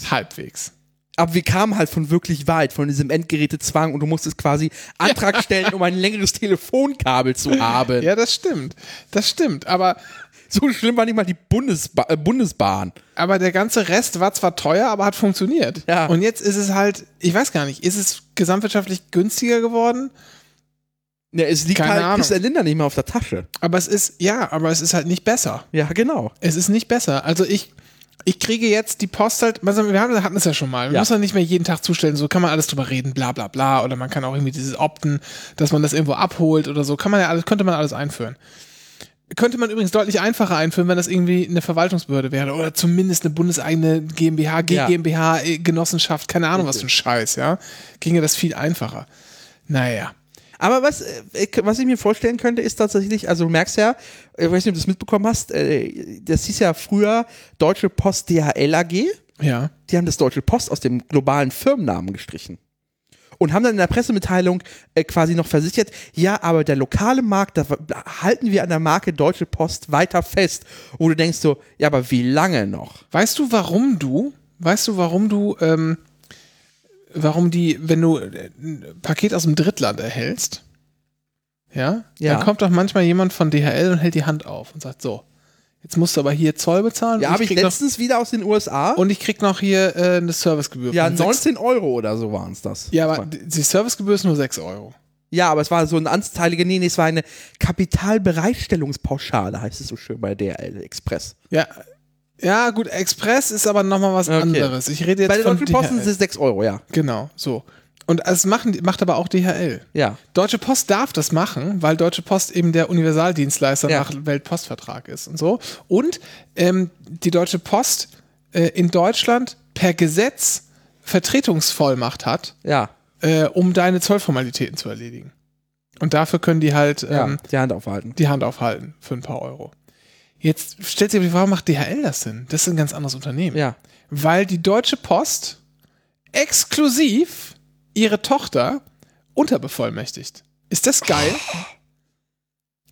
S1: Halbwegs.
S2: Aber wir kamen halt von wirklich weit, von diesem Endgerätezwang und du musstest quasi Antrag stellen, um ein längeres Telefonkabel zu haben.
S1: Ja, das stimmt. Das stimmt. Aber,
S2: So schlimm war nicht mal die Bundesba äh, Bundesbahn.
S1: aber der ganze Rest war zwar teuer, aber hat funktioniert.
S2: Ja.
S1: Und jetzt ist es halt, ich weiß gar nicht, ist es gesamtwirtschaftlich günstiger geworden?
S2: Ja, es liegt
S1: Keine
S2: halt
S1: Ahnung.
S2: bis der Linder nicht mehr auf der Tasche.
S1: Aber es ist, ja, aber es ist halt nicht besser.
S2: Ja, genau.
S1: Es ist nicht besser. Also ich, ich kriege jetzt die Post halt, also wir haben, hatten es ja schon mal, man
S2: Ja.
S1: muss ja nicht mehr jeden Tag zustellen, so kann man alles drüber reden, bla bla bla, oder man kann auch irgendwie dieses Opten, dass man das irgendwo abholt oder so, kann man ja alles, könnte man alles einführen. Könnte man übrigens deutlich einfacher einführen, wenn das irgendwie eine Verwaltungsbehörde wäre oder zumindest eine bundeseigene GmbH,
S2: Ja.
S1: GmbH, äh, Genossenschaft, keine Ahnung was für ein
S2: Richtig.
S1: Scheiß, ja. Ginge das viel einfacher. Naja.
S2: Aber was, äh, ich- was ich mir vorstellen könnte, ist tatsächlich, also du merkst ja, ich weiß nicht, ob du das mitbekommen hast, äh, das hieß ja früher Deutsche Post DHL AG.
S1: Ja.
S2: die haben das Deutsche Post aus dem globalen Firmennamen gestrichen. Und haben dann in der Pressemitteilung äh, quasi noch versichert, ja, aber der lokale Markt, da da halten wir an der Marke Deutsche Post weiter fest. Wo du denkst so, ja, aber wie lange noch?
S1: Weißt du, warum du, weißt du, warum du, ähm, warum die, wenn du äh, ein Paket aus dem Drittland erhältst, ja,
S2: Ja.
S1: dann kommt doch manchmal jemand von DHL und hält die Hand auf und sagt, so, jetzt musst du aber hier Zoll bezahlen
S2: Ja,
S1: und,
S2: habe
S1: ich
S2: ich
S1: krieg noch,
S2: letztens wieder aus den USA.
S1: und ich krieg noch hier äh, eine Servicegebühr.
S2: ja,
S1: von sechs-
S2: 19 Euro oder so waren es das.
S1: ja, aber die die Servicegebühr ist nur 6 Euro.
S2: ja, aber es war so eine ansteilige, nee, nee, es war eine Kapitalbereitstellungspauschale, heißt es so schön bei DRL Express.
S1: Ja, ja, gut, Express ist aber nochmal was
S2: Okay.
S1: anderes. Ich rede jetzt
S2: bei der
S1: von
S2: Deutschen Post
S1: DHL.
S2: sind es 6 Euro, ja.
S1: Genau, so. Und es machen, macht aber auch DHL.
S2: Ja.
S1: Deutsche Post darf das machen, weil Deutsche Post eben der Universaldienstleister
S2: Ja.
S1: nach Weltpostvertrag ist und so. Und ähm, die Deutsche Post äh, in Deutschland per Gesetz Vertretungsvollmacht hat,
S2: Ja.
S1: äh, um deine Zollformalitäten zu erledigen. Und dafür können die halt
S2: Ja.
S1: ähm,
S2: die Hand aufhalten.
S1: die Hand aufhalten für ein paar Euro. Jetzt stellt sich aber die Frage, warum macht DHL das denn? Das ist ein ganz anderes Unternehmen
S2: Ja.
S1: weil die Deutsche Post exklusiv ihre Tochter unterbevollmächtigt. Ist das geil?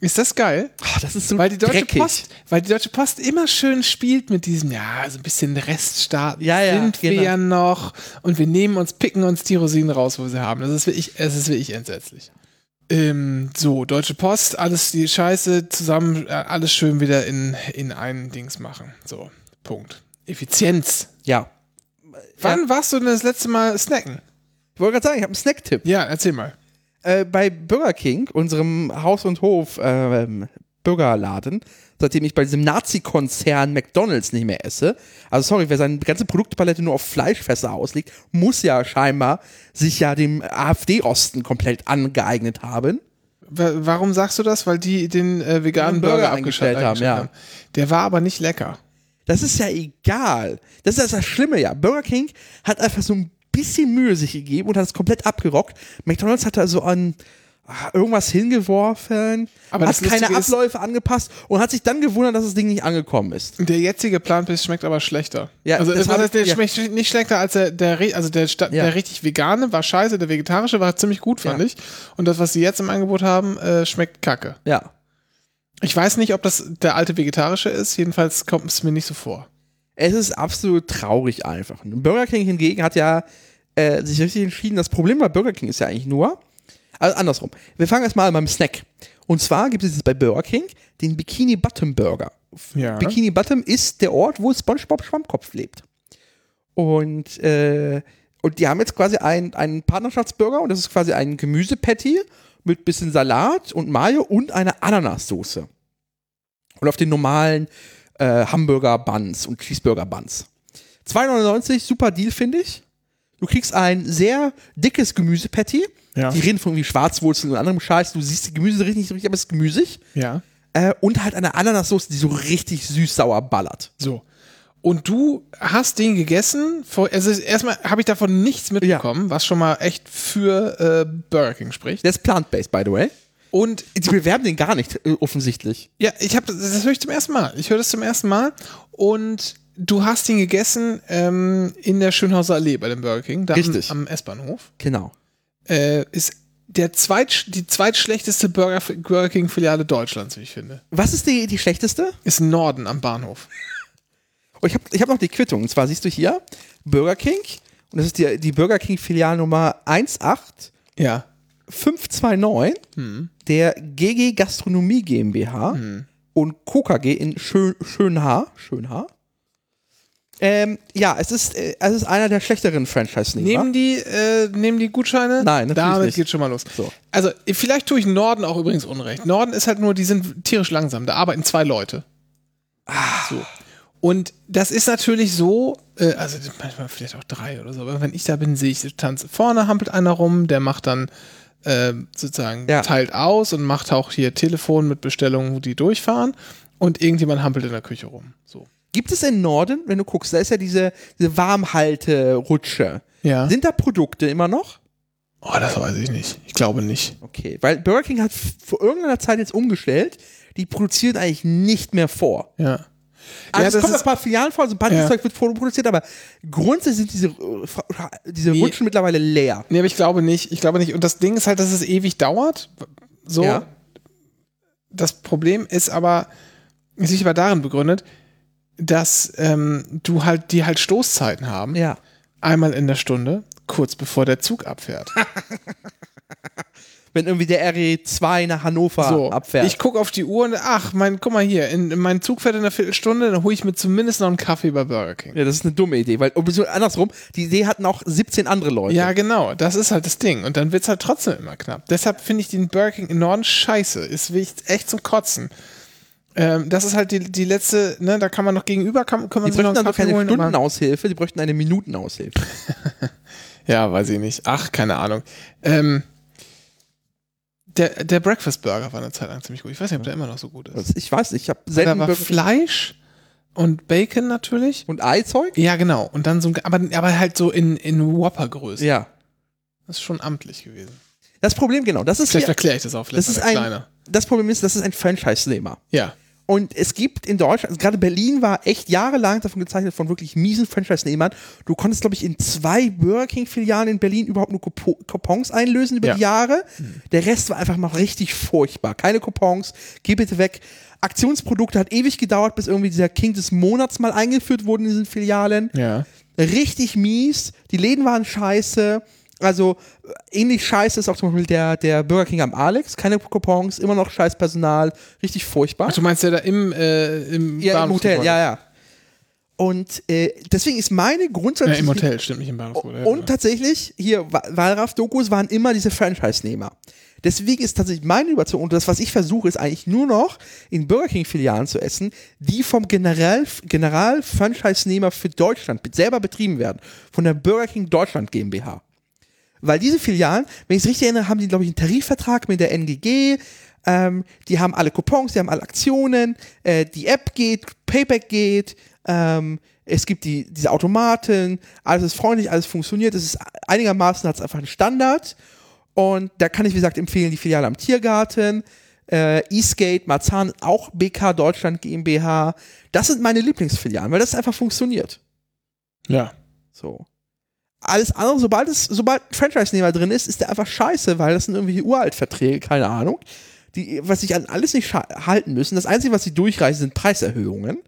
S1: Ist das geil?
S2: Ach, das ist so
S1: Weil die Deutsche
S2: dreckig.
S1: Post, weil die Deutsche Post immer schön spielt mit diesem, ja, so ein bisschen Reststaaten
S2: Ja, ja,
S1: sind wir
S2: genau.
S1: ja noch und wir nehmen uns, picken uns die Rosinen raus, wo wir sie haben. Das ist wirklich, es ist wirklich entsetzlich. Ähm, so, Deutsche Post, alles die Scheiße zusammen, äh, alles schön wieder in, in ein Dings machen. So, Punkt. Effizienz.
S2: Ja.
S1: Wann warst du denn das letzte Mal snacken?
S2: Ich wollte gerade sagen, ich habe einen Snacktipp.
S1: Ja, erzähl mal.
S2: Äh, bei Burger King, unserem Haus- und Hof-Burgerladen, seitdem ich bei diesem Nazi-Konzern McDonalds nicht mehr esse, also sorry, wer seine ganze Produktpalette nur auf Fleischfässer auslegt, muss ja scheinbar sich ja dem AfD-Osten komplett angeeignet haben.
S1: Wa- Warum sagst du das? Weil die den äh, veganen
S2: Den Burger
S1: Burger
S2: eingestellt
S1: abgestellt haben,
S2: haben, ja.
S1: Der war aber nicht lecker.
S2: Das ist ja egal. Das ist das Schlimme ja. Burger King hat einfach so ein bisschen Mühe sich gegeben und hat es komplett abgerockt. McDonalds hat da so an ah, irgendwas hingeworfen,
S1: Aber
S2: hat
S1: das Lustige
S2: keine
S1: ist-
S2: Abläufe angepasst und hat sich dann gewundert, dass das Ding nicht angekommen ist.
S1: Der jetzige Plant-Based schmeckt aber schlechter.
S2: Ja,
S1: also
S2: das
S1: das
S2: hab
S1: heißt, der
S2: ich- ja.
S1: schmeckt nicht schlechter als der, der re- also der, Sta-
S2: Ja.
S1: der richtig vegane war scheiße, der vegetarische war ziemlich gut, fand
S2: Ja.
S1: ich. Und das, was sie jetzt im Angebot haben, äh, schmeckt kacke.
S2: Ja.
S1: Ich weiß nicht, ob das der alte vegetarische ist, jedenfalls kommt es mir nicht so vor.
S2: Es ist absolut traurig einfach. Und Burger King hingegen hat ja äh, sich richtig entschieden. Das Problem bei Burger King ist ja eigentlich nur, also andersrum. Wir fangen erstmal an beim Snack. Und zwar gibt es jetzt bei Burger King den Bikini Bottom Burger.
S1: Ja.
S2: Bikini Bottom ist der Ort, wo SpongeBob Schwammkopf lebt. Und, äh, und die haben jetzt quasi ein, einen Partnerschaftsburger und das ist quasi ein Gemüsepatty mit bisschen Salat und Mayo und einer Ananassoße. Und auf den normalen äh, Hamburger-Buns und Cheeseburger-Buns. 2,99, super Deal, finde ich. Du kriegst ein sehr dickes Gemüsepatty.
S1: Ja.
S2: Die reden von irgendwie Schwarzwurzeln und anderem Scheiß. Du siehst die Gemüse richtig, nicht richtig, aber es ist gemüsig.
S1: ja.
S2: Äh, und halt eine Ananassoße, die so richtig süß-sauer ballert.
S1: So. Und du hast den gegessen. Vor, also erstmal habe ich davon nichts mitbekommen, was schon mal echt für äh, Burger King spricht.
S2: Der ist plant-based, by the way.
S1: Und
S2: Die bewerben den gar nicht, äh, offensichtlich.
S1: ja, ich habe das, das höre ich zum ersten Mal. Ich höre das zum ersten Mal. Und du hast ihn gegessen ähm, in der Schönhauser Allee bei dem Burger King, da
S2: Richtig.
S1: am, am S-Bahnhof.
S2: Genau.
S1: Äh, ist der zweit, die zweitschlechteste Burger, Burger King Filiale Deutschlands, wie ich finde.
S2: Was ist die, die schlechteste?
S1: Ist Norden am Bahnhof.
S2: Oh, ich habe ich hab noch die Quittung. Und zwar siehst du hier Burger King. Und das ist die, die Burger King Filialnummer
S1: Ja.
S2: 18529 der GG Gastronomie GmbH und KKG in Schön, Schönhaar. Schönhaar. Ähm, ja, es ist, äh, es ist einer der schlechteren Franchise-Nehmer.
S1: Nehmen die, äh, nehmen die Gutscheine?
S2: Nein, natürlich
S1: Damit
S2: nicht.
S1: geht's schon mal los.
S2: So.
S1: Also, vielleicht tue ich Norden auch übrigens Unrecht. Norden ist halt nur, die sind tierisch langsam. Da arbeiten zwei Leute. Ah. So. Und das ist natürlich so, äh, also manchmal vielleicht auch drei oder so, aber wenn ich da bin, sehe ich, ich tanze vorne, hampelt einer rum, der macht dann äh, sozusagen,
S2: Ja.
S1: teilt aus und macht auch hier Telefon mit Bestellungen, die durchfahren und irgendjemand hampelt in der Küche rum. So.
S2: Gibt es in Norden, wenn du guckst, da ist ja diese, diese Warmhalte-Rutsche.
S1: Ja.
S2: Sind da Produkte immer noch?
S1: Oh, das weiß ich nicht. Ich glaube nicht.
S2: Okay, weil Burger King hat f- vor irgendeiner Zeit jetzt umgestellt, die produzieren eigentlich nicht mehr vor.
S1: Ja.
S2: Also
S1: Ja,
S2: es
S1: das
S2: kommt
S1: ist-
S2: ein paar Filialen vor, so ein paar
S1: Ja.
S2: Zeug wird vorproduziert, aber grundsätzlich sind diese, äh, Fra- diese
S1: Nee.
S2: Rutschen mittlerweile leer.
S1: Nee, aber ich glaube nicht. Ich glaube nicht. Und das Ding ist halt, dass es ewig dauert. So.
S2: Ja.
S1: Das Problem ist aber, ist nicht mal darin begründet, dass ähm, du halt, die halt Stoßzeiten haben.
S2: Ja.
S1: Einmal in der Stunde, kurz bevor der Zug
S2: <laughs>
S1: abfährt.
S2: Wenn irgendwie der RE2 nach Hannover
S1: so.
S2: abfährt.
S1: Ich gucke auf die Uhr und ach, mein, guck mal hier, in, in mein Zug fährt in einer Viertelstunde, dann hole ich mir zumindest noch einen Kaffee bei Burger King.
S2: ja, das ist eine dumme Idee, weil obwohl, andersrum, die Idee hatten auch 17 andere Leute.
S1: Ja, genau. Das ist halt das Ding. Und dann wird's halt trotzdem immer knapp. Deshalb finde ich den Burger King in Norden scheiße. Ist wirklich echt zum Kotzen. Ähm, das ist halt die, die letzte, ne, da kann man noch gegenüber, kann, kann man
S2: die
S1: sich noch
S2: bräuchten
S1: einen
S2: also
S1: Kaffee
S2: keine
S1: holen. aber-
S2: Stundenaushilfe, die bräuchten eine Minutenaushilfe.
S1: Ja, weiß ich nicht. Ach, keine Ahnung. Ähm, der, der Breakfast Burger war eine Zeit lang ziemlich gut. Ich weiß nicht, ob der immer noch so gut ist.
S2: Das- Ich weiß nicht, ich habe
S1: Da
S2: selten
S1: war
S2: Burger
S1: Fleisch und Bacon natürlich.
S2: und Eizeug?
S1: Ja, genau. Und dann so ein, aber, aber halt so in, in Whopper-Größe.
S2: Ja.
S1: Das ist schon amtlich gewesen.
S2: Das Problem, genau, das ist,
S1: Vielleicht
S2: hier,
S1: erkläre ich das auch. Vielleicht
S2: das, ist
S1: war der
S2: ein,
S1: kleiner.
S2: das Problem ist, das ist ein Franchise-Nehmer.
S1: Ja.
S2: Und es gibt in Deutschland, also gerade Berlin war echt jahrelang davon gezeichnet von wirklich miesen Franchise-Nehmern. Du konntest, glaube ich, in zwei Burger King-Filialen in Berlin überhaupt nur Coupo- Coupons einlösen über
S1: Ja.
S2: die Jahre. Der Rest war einfach mal richtig furchtbar. Keine Coupons, geh bitte weg. Aktionsprodukte hat ewig gedauert, bis irgendwie dieser King des Monats mal eingeführt wurde in diesen Filialen.
S1: Ja.
S2: richtig mies, die Läden waren scheiße. Also äh, ähnlich scheiße ist auch zum Beispiel der, der Burger King am Alex, keine Coupons, immer noch scheiß Personal, richtig furchtbar.
S1: Ach, du meinst ja da im, äh, im,
S2: ja, im
S1: Bahnhof-
S2: Hotel, ja, ja. Und äh, deswegen ist meine
S1: Ja,
S2: grundsätzliche
S1: im Hotel, stimmt nicht im Bahnhof. ne? ja,
S2: und tatsächlich, hier, Wa- Wahlraff-Dokus waren immer diese Franchise-Nehmer. Deswegen ist tatsächlich meine Überzeugung, und das, was ich versuche, ist eigentlich nur noch in Burger King-Filialen zu essen, die vom General- General-Franchise-Nehmer für Deutschland be- selber betrieben werden. Von der Burger King Deutschland GmbH. Weil diese Filialen, wenn ich es richtig erinnere, haben die, glaube ich, einen Tarifvertrag mit der NGG. Ähm, die haben alle Coupons, die haben alle Aktionen. Äh, die App geht, Payback geht. Ähm, es gibt die, diese Automaten. Alles ist freundlich, alles funktioniert. Es ist einigermaßen hat es einfach einen Standard. Und da kann ich, wie gesagt, empfehlen die Filiale am Tiergarten. Äh, Eastgate, Marzahn, auch BK Deutschland GmbH. Das sind meine Lieblingsfilialen, weil das einfach funktioniert.
S1: ja.
S2: So. Alles andere, sobald es, sobald ein Franchise-Nehmer drin ist, ist der einfach scheiße, weil das sind irgendwelche Uraltverträge, keine Ahnung. Die, was sich an alles nicht scha- halten müssen. Das Einzige, was sie durchreißen, sind Preiserhöhungen.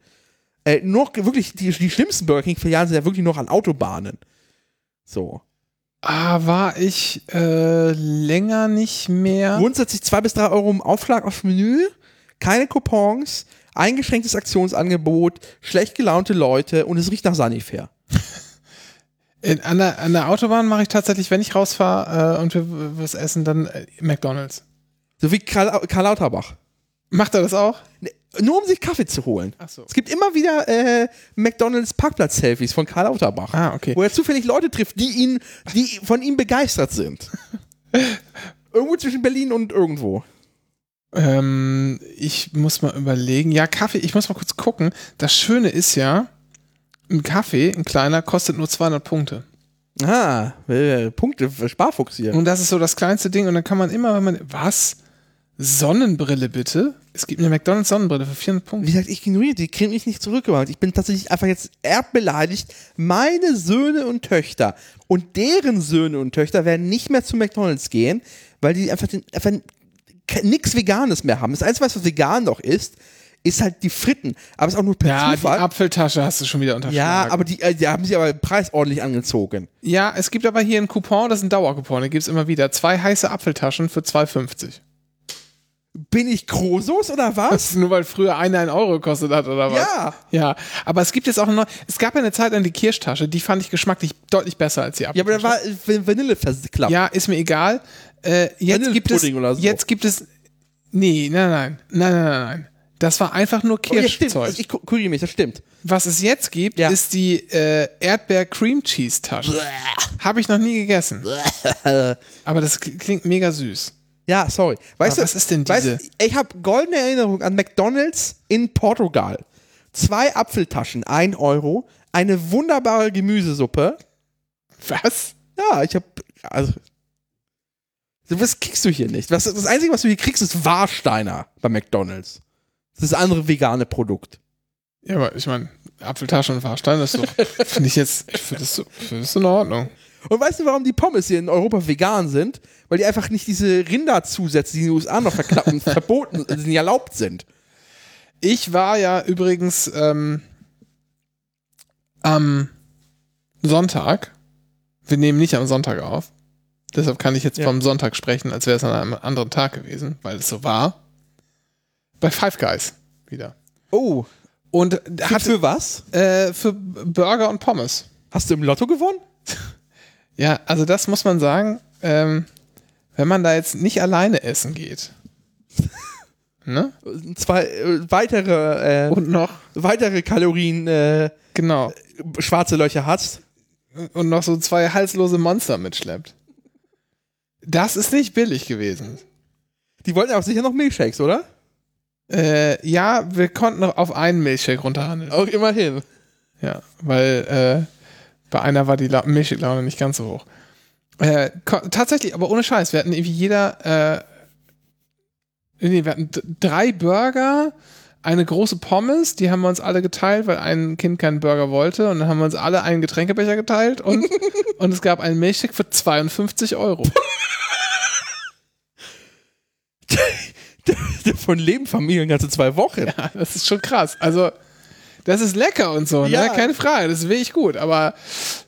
S2: Äh, noch wirklich, die, die schlimmsten Burger King-Filialen sind ja wirklich noch an Autobahnen. So.
S1: Ah, war ich äh, länger nicht mehr.
S2: Grundsätzlich 2 bis 3 Euro im Aufschlag aufs Menü, keine Coupons, eingeschränktes Aktionsangebot, schlecht gelaunte Leute und es riecht nach Sanifair.
S1: In, an, der, an der Autobahn mache ich tatsächlich, wenn ich rausfahre äh, und wir was essen, dann äh, McDonalds.
S2: So wie Karl, Karl Lauterbach.
S1: Macht er das auch?
S2: Nur um sich Kaffee zu holen.
S1: Ach so.
S2: Es gibt immer wieder äh, McDonalds Parkplatz-Selfies von Karl Lauterbach,
S1: Ah, okay.
S2: wo er zufällig Leute trifft, die ihn, die von ihm begeistert sind. irgendwo zwischen Berlin und irgendwo.
S1: Ähm, ich muss mal überlegen. Ja, Kaffee, ich muss mal kurz gucken. Das Schöne ist ja, ein Kaffee, ein kleiner, kostet nur 200 Punkte.
S2: Ah, äh, Punkte, äh, Sparfuchs hier.
S1: Und das ist so das kleinste Ding. Und dann kann man immer, wenn man. Was? Sonnenbrille bitte? Es gibt eine McDonalds Sonnenbrille für 400 Punkte.
S2: Wie gesagt, ich ignoriere die, kriege mich nicht zurückgewandt. Ich bin tatsächlich einfach jetzt erbbeleidigt. Meine Söhne und Töchter und deren Söhne und Töchter werden nicht mehr zu McDonalds gehen, weil die einfach, den, einfach ke- nix Veganes mehr haben. Das Einzige, was vegan noch ist, ist halt die Fritten. Aber es ist auch nur per
S1: Ja, die
S2: Zufall.
S1: Apfeltasche hast du schon wieder
S2: ja,
S1: unterschlagen.
S2: aber die, äh, die haben sich aber den Preis ordentlich angezogen.
S1: Ja, es gibt aber hier einen Coupon, das ist ein Dauercoupon, den gibt's immer wieder. Zwei heiße Apfeltaschen für 2,50.
S2: Bin ich Krosos oder was?
S1: Nur weil früher eine 1 Euro gekostet hat, oder was?
S2: Ja.
S1: Ja, aber es gibt jetzt auch eine neue, es gab ja eine Zeit lang die Kirschtasche, die fand ich geschmacklich deutlich besser als die
S2: ja, aber
S1: Apfeltasche.
S2: da war äh, Vanille verklappt.
S1: Ja, ist mir egal. Äh, jetzt gibt es,
S2: Vanillepudding oder so.
S1: jetzt gibt es, nee, nein, nein, nein, nein, nein, nein. Das war einfach nur
S2: ja stimmt.
S1: Kirschzeug.
S2: Also ich kuriere mich, das stimmt.
S1: Was es jetzt gibt,
S2: Ja.
S1: ist die äh, Erdbeer-Cream-Cheese-Tasche. Habe ich noch nie gegessen. <laughs> Aber das kli- klingt mega süß.
S2: Ja, sorry. Weißt
S1: Aber
S2: du,
S1: was ist denn
S2: weißt
S1: diese?
S2: du, ich habe goldene Erinnerung an McDonalds in Portugal. Zwei Apfeltaschen, ein Euro, eine wunderbare Gemüsesuppe.
S1: Was?
S2: Ja, ich habe also so was kriegst du hier nicht? Was, das Einzige, was du hier kriegst, ist Warsteiner bei McDonalds. Das ist das andere vegane Produkt.
S1: Ja, aber ich meine, Apfeltasche und Fahrstein, das ist
S2: <laughs>
S1: doch, finde ich jetzt, ich finde das, so, ich find das in Ordnung.
S2: Und weißt du, warum die Pommes hier in Europa vegan sind? Weil die einfach nicht diese Rinderzusätze, die in den USA noch verklappen, <laughs> verboten, die nicht erlaubt sind.
S1: Ich war ja übrigens ähm, am Sonntag, wir nehmen nicht am Sonntag auf, deshalb kann ich jetzt
S2: Ja.
S1: vom Sonntag sprechen, als wäre es an einem anderen Tag gewesen, weil es so war, bei Five Guys wieder.
S2: Oh,
S1: Und
S2: für,
S1: hat
S2: für was?
S1: äh, für Burger und Pommes.
S2: Hast du im Lotto gewonnen?
S1: Ja, also das muss man sagen, ähm, wenn man da jetzt nicht alleine essen geht. <laughs> ne?
S2: zwei äh, weitere, äh,
S1: Und noch,
S2: weitere Kalorien äh,
S1: genau,
S2: schwarze Löcher hast.
S1: und noch so zwei halslose Monster mitschleppt. Das ist nicht billig gewesen.
S2: Die wollten auch sicher noch Milchshakes, oder? <laughs>
S1: Äh, ja, wir konnten noch auf einen Milchshake runterhandeln.
S2: Auch immerhin.
S1: Ja, weil äh, bei einer war die La- Milchshake-Laune nicht ganz so hoch. Äh, ko- tatsächlich, aber ohne Scheiß. Wir hatten irgendwie jeder. Äh, nee, wir hatten d- drei Burger, eine große Pommes, die haben wir uns alle geteilt, weil ein Kind keinen Burger wollte. Und dann haben wir uns alle einen Getränkebecher geteilt
S2: <laughs>
S1: und, und es gab einen Milchshake für 52 Euro.
S2: Von leben Familien ganze zwei Wochen.
S1: <laughs> Das ist schon krass. Also, das ist lecker und so,
S2: Ja.
S1: ne? Keine Frage, das ist wirklich gut. Aber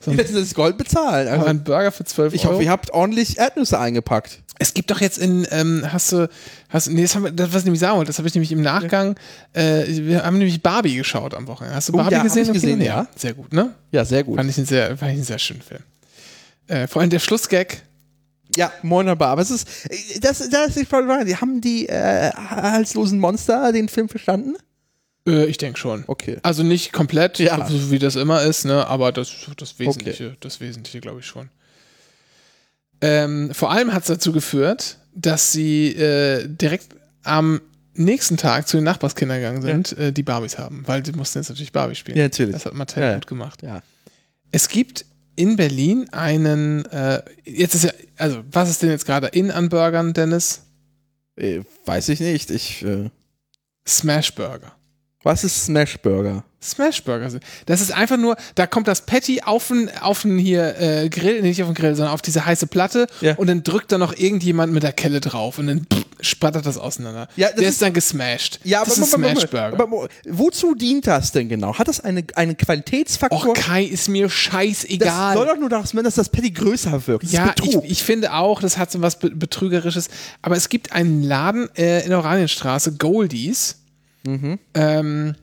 S2: Die lassen das Gold bezahlen.
S1: aber
S2: Also,
S1: ein Burger für 12
S2: ich
S1: Euro.
S2: hoffe, ihr habt ordentlich Erdnüsse eingepackt.
S1: es gibt doch jetzt in, ähm, hast du, hast, nee, das, haben, wir- das was ich nämlich sagen wollte, das habe ich nämlich im Nachgang, äh, wir haben nämlich Barbie geschaut am Wochenende. Hast du
S2: Oh,
S1: Barbie
S2: ja, hab
S1: gesehen?
S2: ich
S1: im Kino?
S2: gesehen, ja.
S1: Sehr gut, ne?
S2: Ja, sehr gut.
S1: Fand ich einen sehr, fand ich einen sehr schönen Film. Äh, vor allem der Schlussgag.
S2: Ja, wunderbar. Aber es ist, äh, das, das ist die Frage. Die haben die äh, halslosen Monster den Film verstanden?
S1: Äh, ich denke schon.
S2: Okay.
S1: Also nicht komplett,
S2: Ja.
S1: so wie das immer ist, ne? aber das, das Wesentliche, das Wesentliche glaube ich schon. Ähm, vor allem hat es dazu geführt, dass sie äh, direkt am nächsten Tag zu den Nachbarskindern gegangen sind, äh, die Barbies haben, weil sie mussten jetzt natürlich Barbie spielen.
S2: Ja, natürlich.
S1: Das hat Mattel
S2: Ja, ja.
S1: gut gemacht.
S2: Ja.
S1: Es gibt in Berlin einen, äh, jetzt ist ja, also was ist denn jetzt gerade in an Burgern, Dennis?
S2: Äh, weiß ich nicht. Ich, äh,
S1: Smashburger.
S2: Was ist Smashburger?
S1: Smashburger sind. Das ist einfach nur, da kommt das Patty auf den, auf den hier äh, Grill, nee, nicht auf den Grill, sondern auf diese heiße Platte
S2: Ja.
S1: und dann drückt da noch irgendjemand mit der Kelle drauf und dann pff, spattert das auseinander.
S2: Ja, das
S1: Der
S2: ist-
S1: ist, dann gesmashed.
S2: Ja,
S1: das
S2: aber,
S1: ist ein
S2: aber, aber,
S1: Smashburger.
S2: aber wo- wozu dient das denn genau? Hat das eine, einen Qualitätsfaktor?
S1: Och, Kai, ist mir
S2: das
S1: scheißegal.
S2: soll doch nur daran, dass das Patty größer wirkt. Das
S1: ja,
S2: ist
S1: ich,
S2: Betrug.
S1: ich finde auch, das hat so was Be Betrügerisches. Aber es gibt einen Laden äh, in Oranienstraße, Goldies.
S2: Mhm.
S1: Ähm,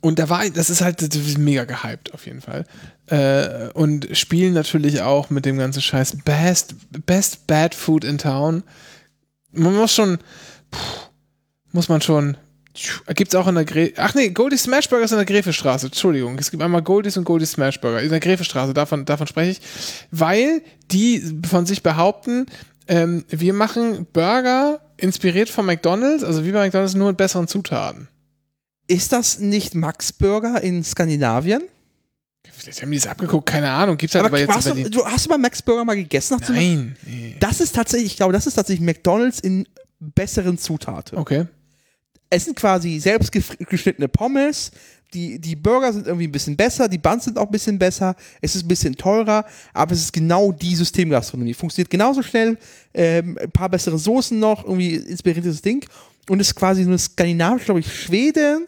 S1: und da war, das ist halt das ist mega gehypt auf jeden Fall. Äh, und spielen natürlich auch mit dem ganzen Scheiß Best, Best Bad Food in Town. Man muss schon, puh, muss man schon. Gibt es auch in der Gre Ach nee, Goldies Smashburger ist in der Grefestraße. Entschuldigung, es gibt einmal Goldies und Goldies Smashburger. In der Grefestraße, davon, davon spreche ich. Weil die von sich behaupten, ähm, wir machen Burger inspiriert von McDonalds, also wie bei McDonalds, nur mit besseren Zutaten.
S2: ist das nicht Max Burger in Skandinavien?
S1: Vielleicht haben die es abgeguckt, keine Ahnung. Gibt's halt aber, jetzt in
S2: hast, du,
S1: Berlin.
S2: du, hast du mal Max Burger mal gegessen? Hast du mal-
S1: Nein. Nee.
S2: Das ist tatsächlich, ich glaube, das ist tatsächlich McDonalds in besseren Zutaten.
S1: Okay.
S2: Es sind quasi selbst gef- geschnittene Pommes. Die, die Burger sind irgendwie ein bisschen besser, die Buns sind auch ein bisschen besser, es ist ein bisschen teurer, aber es ist genau die Systemgastronomie. Funktioniert genauso schnell, ähm, ein paar bessere Soßen noch, irgendwie inspiriertes Ding und ist quasi so eine skandinavische, glaube ich, Schweden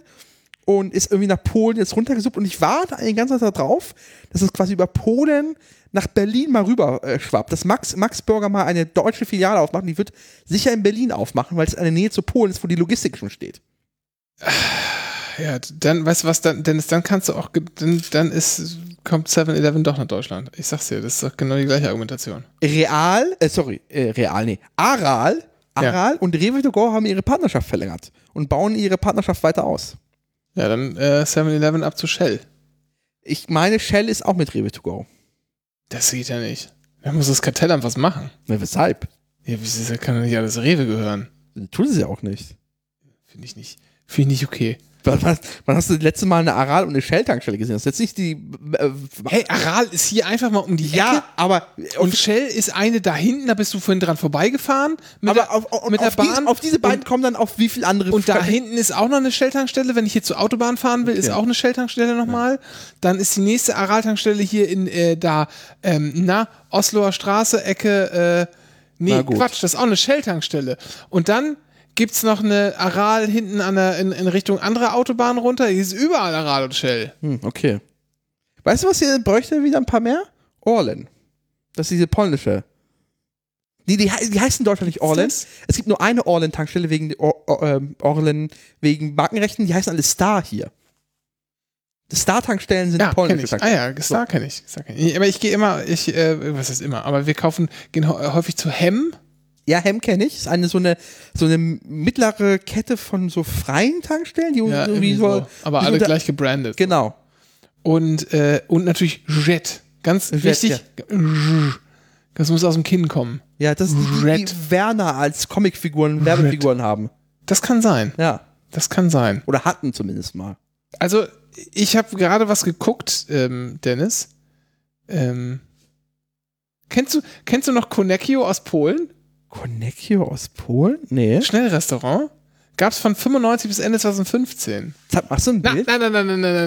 S2: und ist irgendwie nach Polen jetzt runtergesuppt und ich warte eine ganze Zeit darauf, dass es quasi über Polen nach Berlin mal rüber äh, schwappt, dass Max, Max Burger mal eine deutsche Filiale aufmacht, die wird sicher in Berlin aufmachen, weil es in der Nähe zu Polen ist, wo die Logistik schon steht.
S1: Ja, dann, weißt du was, dann, Dennis, dann kannst du auch, ge- dann, dann ist, kommt 7-Eleven doch nach Deutschland. Ich sag's dir, das ist doch genau die gleiche Argumentation.
S2: Real, äh, sorry, äh, Real, nee, Aral,
S1: Ja.
S2: Aral und Rewe to go haben ihre Partnerschaft verlängert und bauen ihre Partnerschaft weiter aus.
S1: Ja, dann äh, 7-Eleven ab zu Shell.
S2: Ich meine, Shell ist auch mit Rewe to go.
S1: Das geht ja nicht. Da muss das Kartellamt was machen.
S2: Ne, weshalb?
S1: Ja, wieso das kann doch nicht alles Rewe gehören?
S2: Tun sie ja auch nicht.
S1: Finde ich nicht. Finde ich nicht okay.
S2: Wann hast, wann hast du das letzte Mal eine Aral und eine Shell-Tankstelle gesehen? Das ist jetzt nicht die. Äh,
S1: Hey, Aral ist hier einfach mal um die
S2: ja, aber.
S1: Ecke. Und Shell ist eine da hinten, da bist du vorhin dran vorbeigefahren. Mit
S2: aber
S1: der,
S2: auf, auf,
S1: mit
S2: auf,
S1: der Bahn
S2: diese, auf diese beiden kommen dann auf wie viel andere
S1: Und da
S2: Stadt-
S1: hinten ist auch noch eine Shell-Tankstelle. Wenn ich hier zur Autobahn fahren will, ist
S2: Okay.
S1: auch eine Shell-Tankstelle nochmal. Dann ist die nächste Aral-Tankstelle hier in äh, da, ähm, na, Osloer Straße, Ecke, äh, nee,
S2: Na gut.
S1: Quatsch, das ist auch eine Shell-Tankstelle. Und dann gibt's noch eine Aral hinten an der, in, in Richtung anderer Autobahn runter. Hier ist überall Aral und Shell.
S2: Hm, okay. Weißt du, was hier bräuchte wieder ein paar mehr? Orlen. Das ist diese polnische. Die, die, hei- die heißen in Deutschland nicht Orlen.
S1: das?
S2: Es gibt nur eine Orlen-Tankstelle wegen Or Or ähm, Orlen, wegen Markenrechten. Die heißen alle Star hier. Die Star-Tankstellen sind
S1: Ja, kenn
S2: polnische
S1: ich. Ah ja, Star kenn ich. Star kenn ich. Aber ich gehe immer, ich, äh, was ist immer, aber wir kaufen, gehen hau- häufig zu Hemm.
S2: Ja, Hem kenne ich. Ist eine so eine so eine mittlere Kette von so freien Tankstellen, die
S1: Ja,
S2: irgendwie
S1: irgendwie so. Aber
S2: die
S1: alle
S2: unter-
S1: gleich gebrandet.
S2: Genau.
S1: und, äh, und natürlich Jet. Ganz
S2: Jet,
S1: wichtig,
S2: ja.
S1: das muss aus dem Kinn kommen.
S2: Ja, das sind die,
S1: Red.
S2: die Werner als Comicfiguren, Werbefiguren haben.
S1: Das kann sein.
S2: Ja.
S1: Das kann sein.
S2: Oder hatten zumindest mal.
S1: Also, ich habe gerade was geguckt, ähm, Dennis. Ähm, kennst, du, kennst du noch Konekio aus Polen?
S2: Konekio aus Polen? Nee.
S1: Schnellrestaurant? Gab es von 95 bis Ende 2015.
S2: Sag, machst du ein
S1: Na,
S2: Bild?
S1: na, na, na, na, na, na,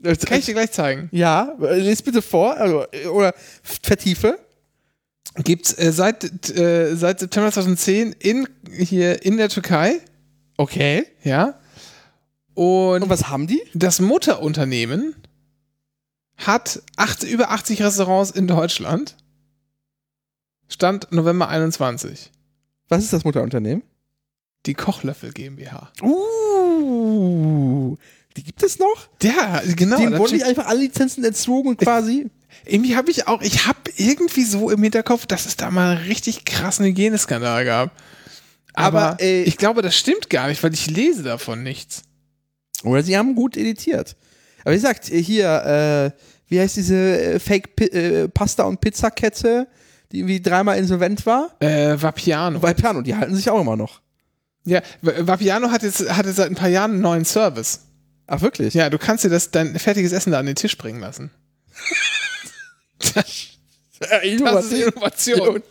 S1: na.
S2: Äh,
S1: Kann ich dir gleich zeigen.
S2: ja, äh, lies bitte vor also, äh, oder f- vertiefe.
S1: Gibt's äh, seit, äh, seit September 2010 in, hier in der Türkei.
S2: Okay.
S1: Ja. Und,
S2: Und was haben die?
S1: das Mutterunternehmen hat acht, über 80 Restaurants in Deutschland. Stand November 21.
S2: Was ist das Mutterunternehmen?
S1: Die Kochlöffel GmbH.
S2: Uh, die gibt es noch?
S1: Ja, genau.
S2: Denen
S1: das
S2: wurden nicht
S1: steht-
S2: einfach alle Lizenzen entzogen und quasi.
S1: irgendwie habe ich auch, ich habe irgendwie so im Hinterkopf, dass es da mal einen richtig krassen Hygieneskandal gab. Aber,
S2: Aber, äh,
S1: ich glaube, das stimmt gar nicht, weil ich lese davon nichts.
S2: Oder sie haben gut editiert. Aber wie gesagt, hier, äh, wie heißt diese äh, Fake Pi äh, Pasta- und Pizzakette, die irgendwie dreimal insolvent war?
S1: Äh, Vapiano.
S2: Bei Piano, die halten sich auch immer noch.
S1: ja, V- Vapiano hat jetzt, hat jetzt seit ein paar Jahren einen neuen Service.
S2: Ach, wirklich?
S1: Ja, du kannst dir das, dein fertiges Essen da an den Tisch bringen lassen.
S2: Äh,
S1: Das ist Innovation.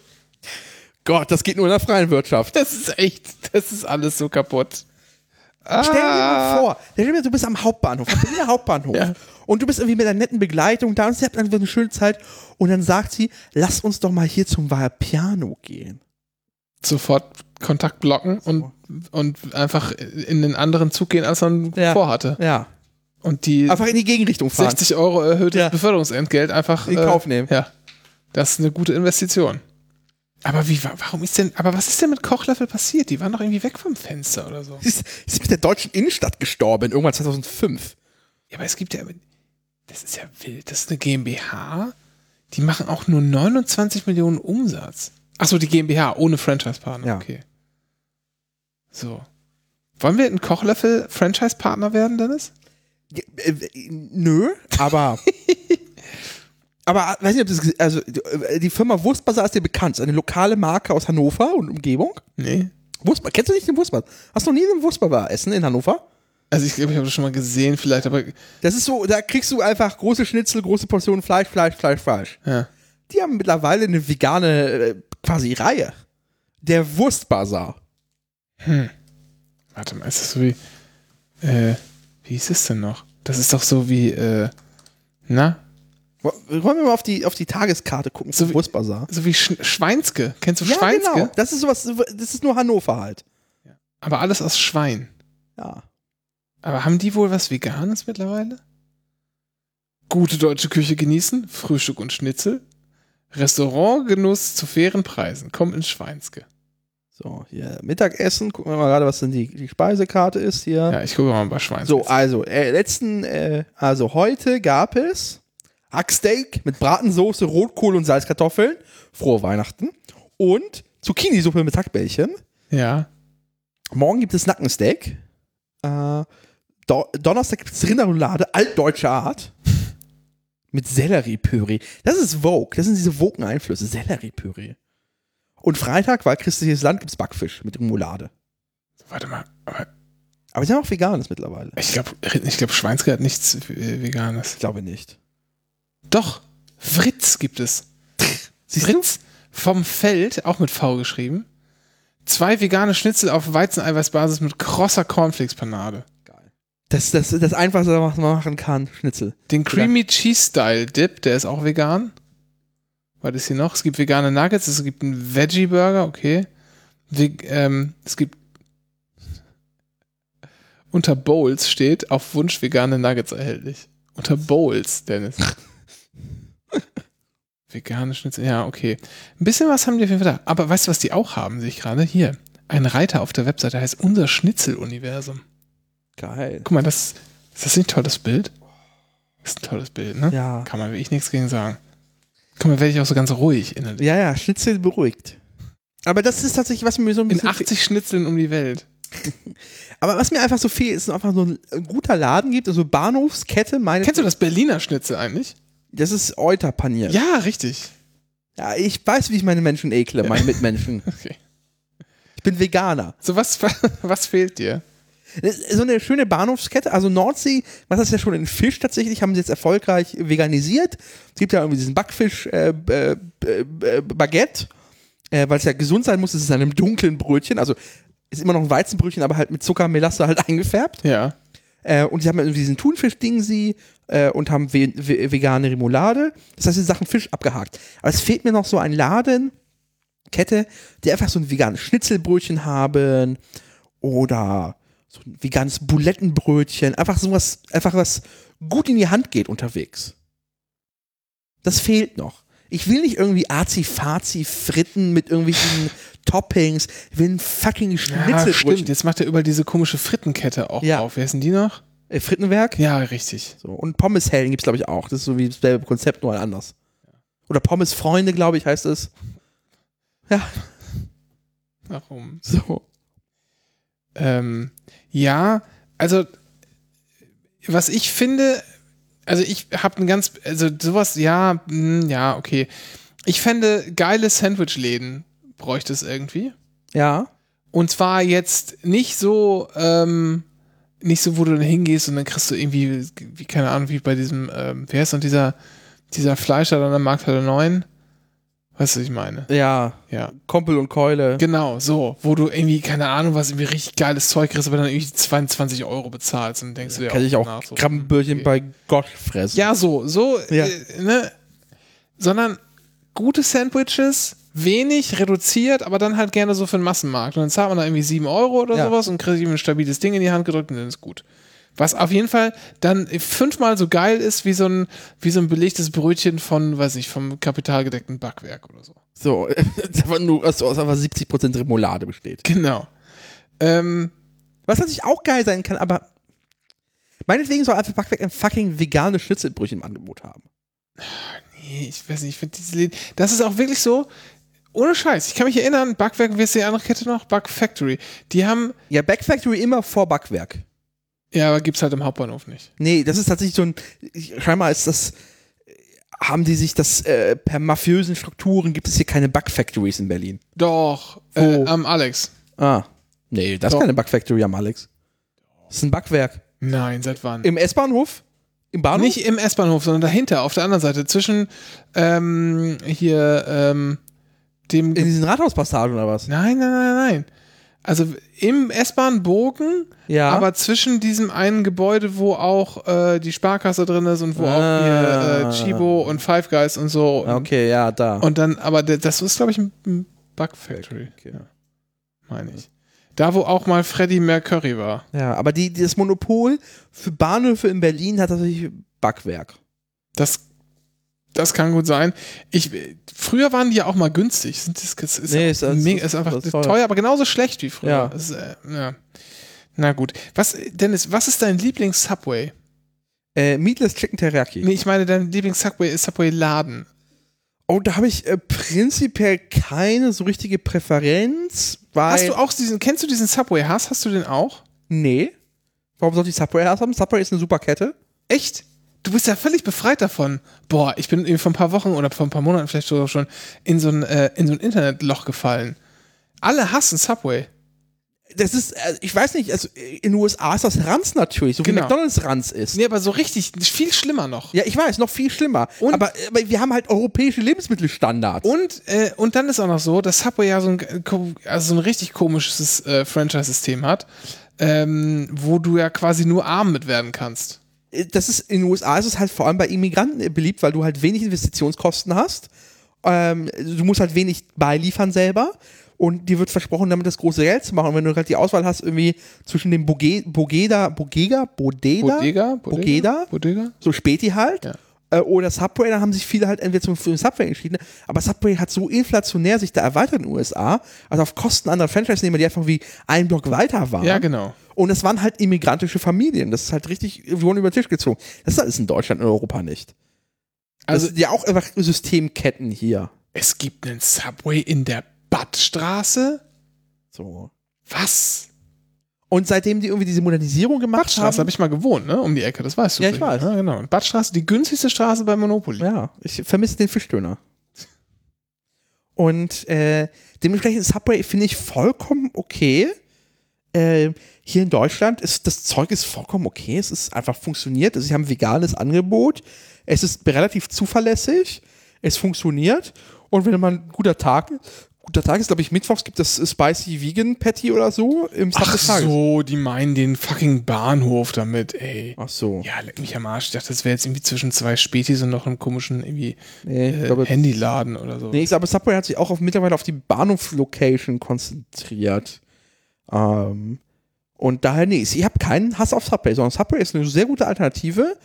S2: Gott, das geht nur in der freien Wirtschaft.
S1: Das ist echt, das ist alles so kaputt.
S2: Stell dir mal vor, stell dir mal, du bist am Hauptbahnhof, am Berliner Hauptbahnhof.
S1: Ah. <laughs> Ja.
S2: Und du bist irgendwie mit einer netten Begleitung da und sie hat einfach eine schöne Zeit. Und dann sagt sie, lass uns doch mal hier zum Vapiano gehen.
S1: Sofort Kontakt blocken und, und einfach in einen anderen Zug gehen, als man
S2: Ja.
S1: vorhatte.
S2: Ja.
S1: Und die
S2: Einfach in die Gegenrichtung fahren.
S1: 60 Euro erhöhtes
S2: Ja.
S1: Beförderungsentgelt einfach
S2: In
S1: äh,
S2: Kauf nehmen.
S1: Ja. Das ist eine gute Investition. Aber wie, wa- warum ist denn, aber was ist denn mit Kochlöffel passiert? Die waren doch irgendwie weg vom Fenster oder so.
S2: Sie ist, sie ist mit der deutschen Innenstadt gestorben, irgendwann 2005.
S1: Ja, aber es gibt ja, das ist ja wild. Das ist eine GmbH, die machen auch nur 29 Millionen Umsatz. Achso, die GmbH ohne Franchise-Partner.
S2: Ja.
S1: Okay. So. Wollen wir ein Kochlöffel-Franchise-Partner werden, Dennis?
S2: Ja, äh, Nö,
S1: <laughs>
S2: aber. aber weiß nicht, ob das. Also, äh, die Firma Wurstbasar ist dir bekannt. Ist eine lokale Marke aus Hannover und Umgebung.
S1: Nee.
S2: Wurstbar. Kennst du nicht den Wurstbar? Hast du noch nie den Wurstbar essen in Hannover?
S1: Also ich glaube, ich habe das schon mal gesehen, vielleicht, aber
S2: Das ist so, da kriegst du einfach große Schnitzel, große Portionen Fleisch, Fleisch, Fleisch, Fleisch.
S1: ja.
S2: Die haben mittlerweile eine vegane äh, quasi Reihe. Der Wurstbasar.
S1: Warte mal, ist das so wie. Äh, wie hieß es denn noch? Das ist doch so wie, äh, na?
S2: Wo- Wollen wir mal auf die, auf die Tageskarte gucken
S1: So
S2: zum
S1: wie-
S2: Wurstbasar? genau.
S1: So wie Sch Schweinske. Kennst du Schweinske?
S2: Das ist sowas, das ist nur Hannover halt.
S1: Aber alles aus Schwein.
S2: Ja.
S1: Aber haben die wohl was Veganes mittlerweile? Gute deutsche Küche genießen, Frühstück und Schnitzel. Restaurantgenuss zu fairen Preisen. Komm ins Schweinske.
S2: So, hier Mittagessen. Gucken wir mal gerade, was denn die, die Speisekarte ist hier.
S1: Ja, ich gucke mal bei Schweinske.
S2: so, also, äh, letzten, äh, also heute gab es Hacksteak mit Bratensoße, Rotkohl und Salzkartoffeln. Frohe Weihnachten. Und Zucchinisuppe mit Hackbällchen.
S1: Ja.
S2: Morgen gibt es Nackensteak. Äh, Do Donnerstag gibt es Rinderroulade, altdeutsche Art. Mit Selleriepüree. Das ist Vogue. Das sind diese Woken-Einflüsse. Selleriepüree. Und Freitag, weil christliches Land, gibt es Backfisch mit Roulade.
S1: Warte mal. Aber
S2: Aber sie haben auch Veganes mittlerweile.
S1: ich glaube, ich glaub, Schweinske hat nichts äh, Veganes.
S2: Ich glaube nicht.
S1: Doch, Fritz gibt es.
S2: Siehst du?
S1: Fritz vom Feld, auch mit V geschrieben. Zwei vegane Schnitzel auf Weizeneiweißbasis mit krosser Cornflakes-Panade.
S2: Das ist das, das Einfachste, was man machen kann. Schnitzel.
S1: Den Creamy Cheese Style Dip, der ist auch vegan. Was ist hier noch? Es gibt vegane Nuggets, es gibt einen Veggie Burger, okay. Ve ähm, es gibt unter Bowls steht auf Wunsch vegane Nuggets erhältlich. Unter Bowls, Dennis. Vegane Schnitzel, ja, okay. Ein bisschen was haben die auf jeden Fall da. Aber weißt du, was die auch haben, sehe ich gerade? Hier, ein Reiter auf der Webseite heißt Unser Schnitzel-Universum.
S2: Geil.
S1: Guck mal, das, ist das nicht ein tolles Bild? Ist ein tolles Bild, ne?
S2: Ja.
S1: Kann man wirklich nichts gegen sagen. Guck mal, werde ich auch so ganz ruhig innerlich.
S2: Ja, ja, Schnitzel beruhigt. Aber das ist tatsächlich, was mir so ein
S1: In
S2: bisschen.
S1: 80 Schnitzeln um die Welt.
S2: Aber was mir einfach so fehlt, ist einfach so ein ein guter Laden gibt, also Bahnhofskette, meine
S1: Kennst du das Berliner Schnitzel eigentlich?
S2: Das ist Euterpanier.
S1: Ja, richtig.
S2: ja, ich weiß, wie ich meine Menschen ekle, meine Mitmenschen.
S1: Okay.
S2: Ich bin Veganer.
S1: So, was, <laughs> was fehlt dir?
S2: Das ist so eine schöne Bahnhofskette, also Nordsee, was ist ja schon in Fisch tatsächlich, haben sie jetzt erfolgreich veganisiert. Es gibt ja irgendwie diesen Backfisch äh, äh, äh, Baguette, äh, weil es ja gesund sein muss, es ist in einem dunklen Brötchen, also ist immer noch ein Weizenbrötchen, aber halt mit Zucker, Melasse halt <laughs> eingefärbt.
S1: Ja.
S2: Äh, und sie haben irgendwie diesen Thunfisch-Ding sie äh, und haben ve ve vegane Remoulade. Das heißt, die Sachen Fisch abgehakt. Aber es fehlt mir noch so ein Laden, Kette, die einfach so ein veganes Schnitzelbrötchen haben oder so ein veganes Bulettenbrötchen. Einfach so was, einfach was gut in die Hand geht unterwegs. Das fehlt noch. Ich will nicht irgendwie Azi-Fazi-Fritten mit irgendwelchen <laughs> Toppings. Ich will ein fucking
S1: ja stimmt.
S2: Schnitzelbrötchen.
S1: Jetzt macht er über diese komische Frittenkette auch
S2: Ja.
S1: auf. Wer ist denn die noch?
S2: äh, Frittenwerk?
S1: Ja, richtig.
S2: So. Und Pommeshellen gibt es, glaube ich, auch. Das ist so wie dasselbe Konzept, nur halt anders. Oder Pommesfreunde, glaube ich, heißt es. <laughs> Ja,
S1: Warum?
S2: so.
S1: Ähm, ja, also was ich finde, also ich habe ein ganz, also sowas, ja, mm, ja, okay. Ich fände geile Sandwich-Läden bräuchte es irgendwie.
S2: Ja.
S1: Und zwar jetzt nicht so, ähm, nicht so, wo du dann hingehst und dann kriegst du irgendwie, wie, keine Ahnung, wie bei diesem, ähm, wer ist noch dieser, dieser Fleischer dann am Markt der 9? Weißt du, was ich meine?
S2: Ja,
S1: Ja.
S2: Kompel und Keule.
S1: Genau, so, wo du irgendwie, keine Ahnung, was irgendwie richtig geiles Zeug kriegst, aber dann irgendwie 22 Euro bezahlst und denkst du dir
S2: Kann ich auch
S1: nach, so,
S2: Krabbenbürchen
S1: okay.
S2: bei Gott fressen.
S1: Ja, so, so,
S2: Mhm. Ja.
S1: Äh, ne? Sondern gute Sandwiches, wenig, reduziert, aber dann halt gerne so für den Massenmarkt. Und dann zahlt man da irgendwie 7 Euro oder
S2: Ja.
S1: sowas und kriegt eben ein stabiles Ding in die Hand gedrückt und dann ist gut. Was auf jeden Fall dann fünfmal so geil ist wie so ein, wie so ein belegtes Brötchen von, weiß nicht, vom kapitalgedeckten Backwerk oder so.
S2: So, <laughs> aber nur, also, aus einfach 70% Remoulade besteht.
S1: Genau. Ähm,
S2: Was natürlich auch geil sein kann, aber meinetwegen soll einfach Backwerk ein fucking vegane Schnitzelbrötchen im Angebot haben.
S1: Nee, ich weiß nicht, ich finde diese Läden. Das ist auch wirklich so, ohne Scheiß. Ich kann mich erinnern, Backwerk, wie ist die andere Kette noch? Back Factory. Die haben,
S2: Ja, Backfactory immer vor Backwerk.
S1: ja, aber gibt's halt im Hauptbahnhof nicht.
S2: Nee, das ist tatsächlich so ein. Scheinbar ist das. Haben die sich das äh, per mafiösen Strukturen gibt es hier keine Backfactories in Berlin.
S1: Doch,
S2: Wo?
S1: äh, am Alex.
S2: Ah. Nee, das
S1: Doch.
S2: ist keine Backfactory am Alex. Das ist ein Backwerk.
S1: Nein, seit wann?
S2: Im S-Bahnhof? Im Bahnhof?
S1: nicht im S-Bahnhof, sondern dahinter, auf der anderen Seite, zwischen ähm, hier ähm, dem.
S2: in diesen Rathauspassagen oder was?
S1: nein, nein, nein, nein. Also im S-Bahn-Bogen,
S2: Ja.
S1: aber zwischen diesem einen Gebäude, wo auch äh, die Sparkasse drin ist und wo
S2: Ah.
S1: auch hier äh, Chibo und Five Guys und so und
S2: okay, ja, da.
S1: Und dann, aber der- das ist, glaube ich, ein- ein Bug Factory.
S2: Okay.
S1: Ja, meine ich. Da, wo auch mal Freddie Mercury war.
S2: ja, aber die, das Monopol für Bahnhöfe in Berlin hat tatsächlich Backwerk.
S1: Das, das kann gut sein. Ich, früher waren die ja auch mal günstig. Sind das, das ist,
S2: Nee,
S1: nee,
S2: ist-
S1: ist,
S2: ist-
S1: mega,
S2: ist-
S1: ist einfach
S2: ist teuer.
S1: teuer. aber genauso schlecht wie früher.
S2: Ja.
S1: Das Ist, äh, ja. Na gut. Was, Dennis, was ist dein Lieblings-Subway?
S2: Äh, Meatless Chicken Teriyaki.
S1: Nee, ich meine, dein Lieblings-Subway ist Subway-Laden.
S2: Oh, da habe ich äh, prinzipiell keine so richtige Präferenz, weil.
S1: Hast du auch diesen, kennst du diesen Subway-Hass? Hast du den auch?
S2: Nee. Warum sollte ich Subway Hass haben? Subway ist eine super Kette.
S1: Echt? Du bist ja völlig befreit davon. Boah, ich bin irgendwie vor ein paar Wochen oder vor ein paar Monaten vielleicht sogar schon in so ein, äh, in so ein Internetloch gefallen. Alle hassen Subway.
S2: Das ist, äh, ich weiß nicht, also äh, in den USA ist das Ranz natürlich, so wie
S1: Genau.
S2: McDonalds Ranz ist.
S1: Nee, aber so richtig, viel schlimmer noch.
S2: Ja, ich weiß, noch viel schlimmer.
S1: Und-
S2: aber, aber wir haben halt europäische Lebensmittelstandards.
S1: Und, äh, und dann ist auch noch so, dass Subway ja so ein, ko- also so ein richtig komisches äh, Franchise-System hat, ähm, wo du ja quasi nur arm mit werden kannst.
S2: Äh, das ist in den USA ist es halt vor allem bei Immigranten äh, beliebt, weil du halt wenig Investitionskosten hast. Ähm, du musst halt wenig beiliefern selber. Und dir wird versprochen, damit das große Geld zu machen. Und wenn du halt die Auswahl hast, irgendwie zwischen dem Boge Bogeda, Bogega, Bodega,
S1: Bodega?
S2: Bogeda,
S1: Bodega?
S2: so Späti halt.
S1: Ja.
S2: Äh, Oder Subway, dann haben sich viele halt entweder zum, für den Subway entschieden, aber Subway hat so inflationär sich da erweitert in den USA, also auf Kosten anderer Franchise-Nehmer, die einfach wie ein Block weiter waren.
S1: Ja, genau.
S2: Und das waren halt immigrantische Familien. Das ist halt richtig, wir wurden über den Tisch gezogen. Das ist in Deutschland und Europa nicht.
S1: Also
S2: Also, das sind ja auch einfach Systemketten hier.
S1: es gibt einen Subway in der Badstraße?
S2: So.
S1: Was?
S2: Und seitdem die irgendwie diese Modernisierung gemacht
S1: Badstraße
S2: haben.
S1: habe ich mal gewohnt, ne? Um die Ecke, das weißt du.
S2: Ja, ich
S1: sicher.
S2: weiß.
S1: Ja, genau. Und Badstraße, die günstigste Straße bei Monopoly.
S2: Ja, ich vermisse den Fischdöner. Und äh, dementsprechend ist Subway, finde ich, vollkommen okay. Äh, hier in Deutschland ist das Zeug ist vollkommen okay. Es ist einfach funktioniert. Also sie haben ein veganes Angebot. Es ist relativ zuverlässig. Es funktioniert. Und wenn man guter Tag, guter Tag ist, glaube ich, mittwochs gibt es Spicy Vegan Patty oder so im Sub
S1: Ach
S2: des Tages.
S1: so, die meinen den fucking Bahnhof damit, ey.
S2: Ach so.
S1: Ja, leck mich am Arsch. Ich dachte, das wäre jetzt irgendwie zwischen zwei Spätis und noch einem komischen irgendwie
S2: Nee, ich
S1: äh,
S2: glaube-
S1: Handyladen oder so.
S2: Nee, ich glaube, Subway hat sich auch auf, mittlerweile auf die Bahnhof-Location konzentriert. Ähm, und daher, nee, ich habe keinen Hass auf Subway, sondern Subway ist eine sehr gute Alternative.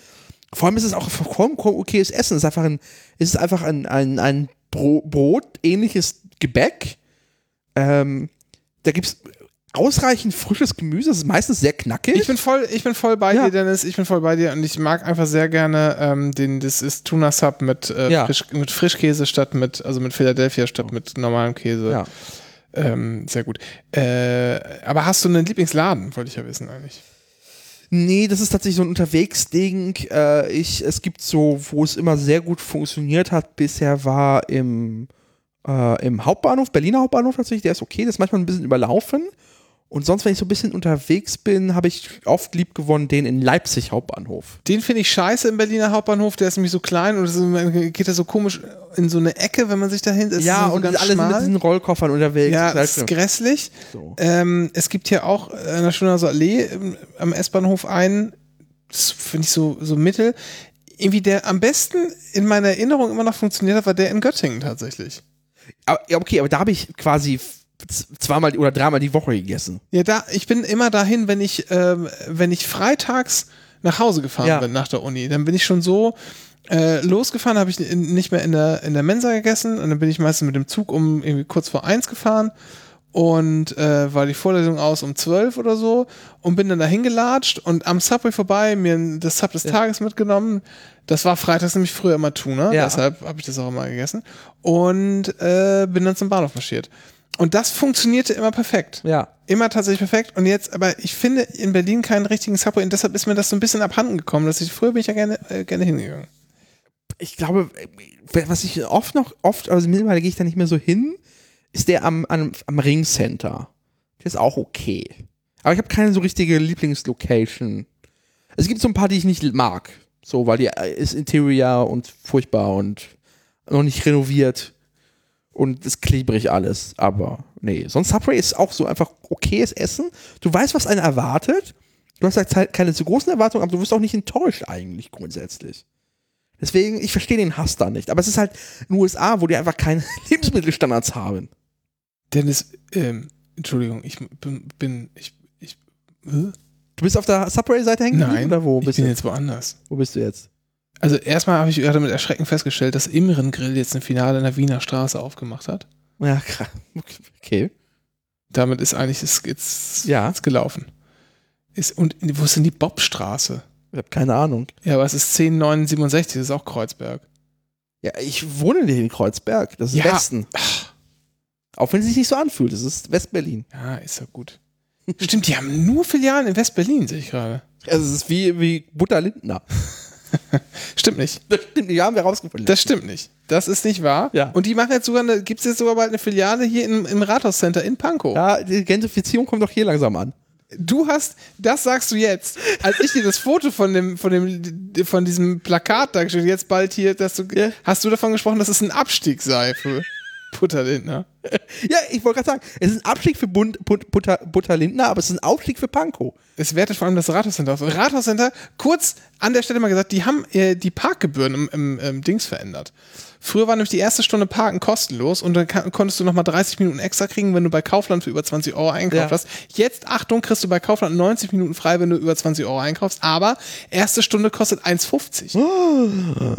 S2: Vor allem ist es auch vollkommen okayes Essen. Es ist einfach ein, es ist einfach ein, ein, ein Bro Brot-ähnliches Gebäck. Ähm, da gibt es ausreichend frisches Gemüse. Es ist meistens sehr knackig.
S1: Ich bin voll, ich bin voll bei
S2: Ja.
S1: dir, Dennis. Ich bin voll bei dir und ich mag einfach sehr gerne ähm, den, das ist Tuna Sub mit, äh,
S2: Ja.
S1: Frisch, mit Frischkäse statt mit, also mit Philadelphia statt mit normalem Käse.
S2: ja.
S1: Ähm, sehr gut. Äh, aber hast du einen Lieblingsladen, wollte ich ja wissen eigentlich.
S2: Nee, das ist tatsächlich so ein Unterwegsding. Äh, ich, es gibt so, wo es immer sehr gut funktioniert hat, bisher war im, äh, im Hauptbahnhof, Berliner Hauptbahnhof tatsächlich, der ist okay, das ist manchmal ein bisschen überlaufen. Und sonst, wenn ich so ein bisschen unterwegs bin, habe ich oft lieb gewonnen den in Leipzig Hauptbahnhof.
S1: Den finde ich scheiße im Berliner Hauptbahnhof, der ist nämlich so klein und es geht da so komisch in so eine Ecke, wenn man sich da hinsetzt. ist
S2: ja,
S1: so
S2: und
S1: ganz
S2: alle sind
S1: schmal.
S2: mit diesen Rollkoffern unterwegs.
S1: Ja,
S2: Das
S1: das
S2: heißt,
S1: ist grässlich.
S2: So.
S1: Ähm, es gibt hier auch an der Schönhauser Allee ähm, am S-Bahnhof einen, das finde ich so, so mittel. Irgendwie der am besten in meiner Erinnerung immer noch funktioniert hat, war der in Göttingen tatsächlich.
S2: Aber, ja, okay, aber da habe ich quasi f- z- zweimal die- oder dreimal die Woche gegessen.
S1: Ja, da, ich bin immer dahin, wenn ich, ähm, wenn ich freitags nach Hause gefahren
S2: Ja.
S1: bin nach der Uni. Dann bin ich schon so äh, losgefahren, habe ich in, nicht mehr in der, in der Mensa gegessen und dann bin ich meistens mit dem Zug um irgendwie kurz vor eins gefahren und äh, war die Vorlesung aus um zwölf oder so und bin dann dahin gelatscht und am Subway vorbei mir ein- das Sub des Tages mitgenommen. Das war freitags nämlich früher immer Tuna,
S2: Ja.
S1: deshalb habe ich das auch immer gegessen und äh, bin dann zum Bahnhof marschiert. Und das funktionierte immer perfekt.
S2: Ja.
S1: Immer tatsächlich perfekt. Und jetzt, aber ich finde in Berlin keinen richtigen Subway und deshalb ist mir das so ein bisschen abhanden gekommen, dass ich früher bin ich ja gerne, äh, gerne hingegangen.
S2: Ich glaube, äh, was ich oft noch, oft, also mittlerweile gehe ich da nicht mehr so hin, ist der am, am, am Ring Center. Der ist auch okay. Aber ich habe keine so richtige Lieblingslocation. Es gibt so ein paar, die ich nicht mag. So, weil die äh, ist Interior und furchtbar und noch nicht renoviert und ist klebrig alles. Aber nee, sonst Subway ist auch so einfach okayes Essen. Du weißt, was einen erwartet. Du hast halt Zeit- keine zu großen Erwartungen, aber du wirst auch nicht enttäuscht eigentlich grundsätzlich. Deswegen, ich verstehe den Hass da nicht. Aber es ist halt in den USA, wo die einfach keine <laughs> Lebensmittelstandards haben.
S1: Dennis, ähm, Entschuldigung, ich bin, bin ich, ich, äh?
S2: Du bist auf der Subway-Seite hängen geblieben
S1: nein,
S2: oder wo
S1: ich
S2: bist
S1: bin
S2: du?
S1: jetzt woanders.
S2: Wo bist du jetzt?
S1: Also erstmal habe ich gerade mit Erschrecken festgestellt, dass Imren Grill jetzt ein Finale in der Wiener Straße aufgemacht hat.
S2: Ja, krass. <laughs> Okay.
S1: Damit ist eigentlich es jetzt
S2: Ja.
S1: ist gelaufen. Ist, und wo ist denn die Bobstraße?
S2: Ich habe keine Ahnung.
S1: Ja, aber es ist 10967, das ist auch Kreuzberg.
S2: Ja, ich wohne nicht in Kreuzberg. Das ist
S1: Ja.
S2: Westen. Auch wenn es sich nicht so anfühlt. Das ist West-Berlin.
S1: Ja, ist ja
S2: <laughs>
S1: gut. Stimmt, die haben nur Filialen in West-Berlin, sehe ich gerade.
S2: Also es ist wie, wie Butter Lindner. <laughs>
S1: Stimmt nicht.
S2: Das stimmt, die haben wir rausgefunden.
S1: Das stimmt nicht. Das ist nicht wahr.
S2: Ja.
S1: Und die machen jetzt sogar, gibt es jetzt sogar bald eine Filiale hier im, im Rathauscenter in Pankow.
S2: ja, die Gentrifizierung kommt doch hier langsam an.
S1: Du hast, das sagst du jetzt, als ich dir das Foto von dem, von dem, von diesem Plakat dargestellt, habe, jetzt bald hier, dass du,
S2: Ja.
S1: hast du davon gesprochen, dass es ein Abstieg sei für Putterlindner.
S2: Ja, ich wollte gerade sagen, es ist ein Abstieg für Bund, Put, Butter, Butter Lindner, aber es ist ein Aufstieg für Pankow.
S1: Es wertet vor allem das Rathauscenter auf. Rathauscenter, kurz an der Stelle mal gesagt, die haben äh, die Parkgebühren im, im, im Dings verändert. Früher war nämlich die erste Stunde Parken kostenlos und dann ka- konntest du nochmal 30 Minuten extra kriegen, wenn du bei Kaufland für über 20 Euro einkauft
S2: Ja.
S1: hast. Jetzt, Achtung, kriegst du bei Kaufland 90 Minuten frei, wenn du über 20 Euro einkaufst, aber erste Stunde kostet 1,50.
S2: Hm?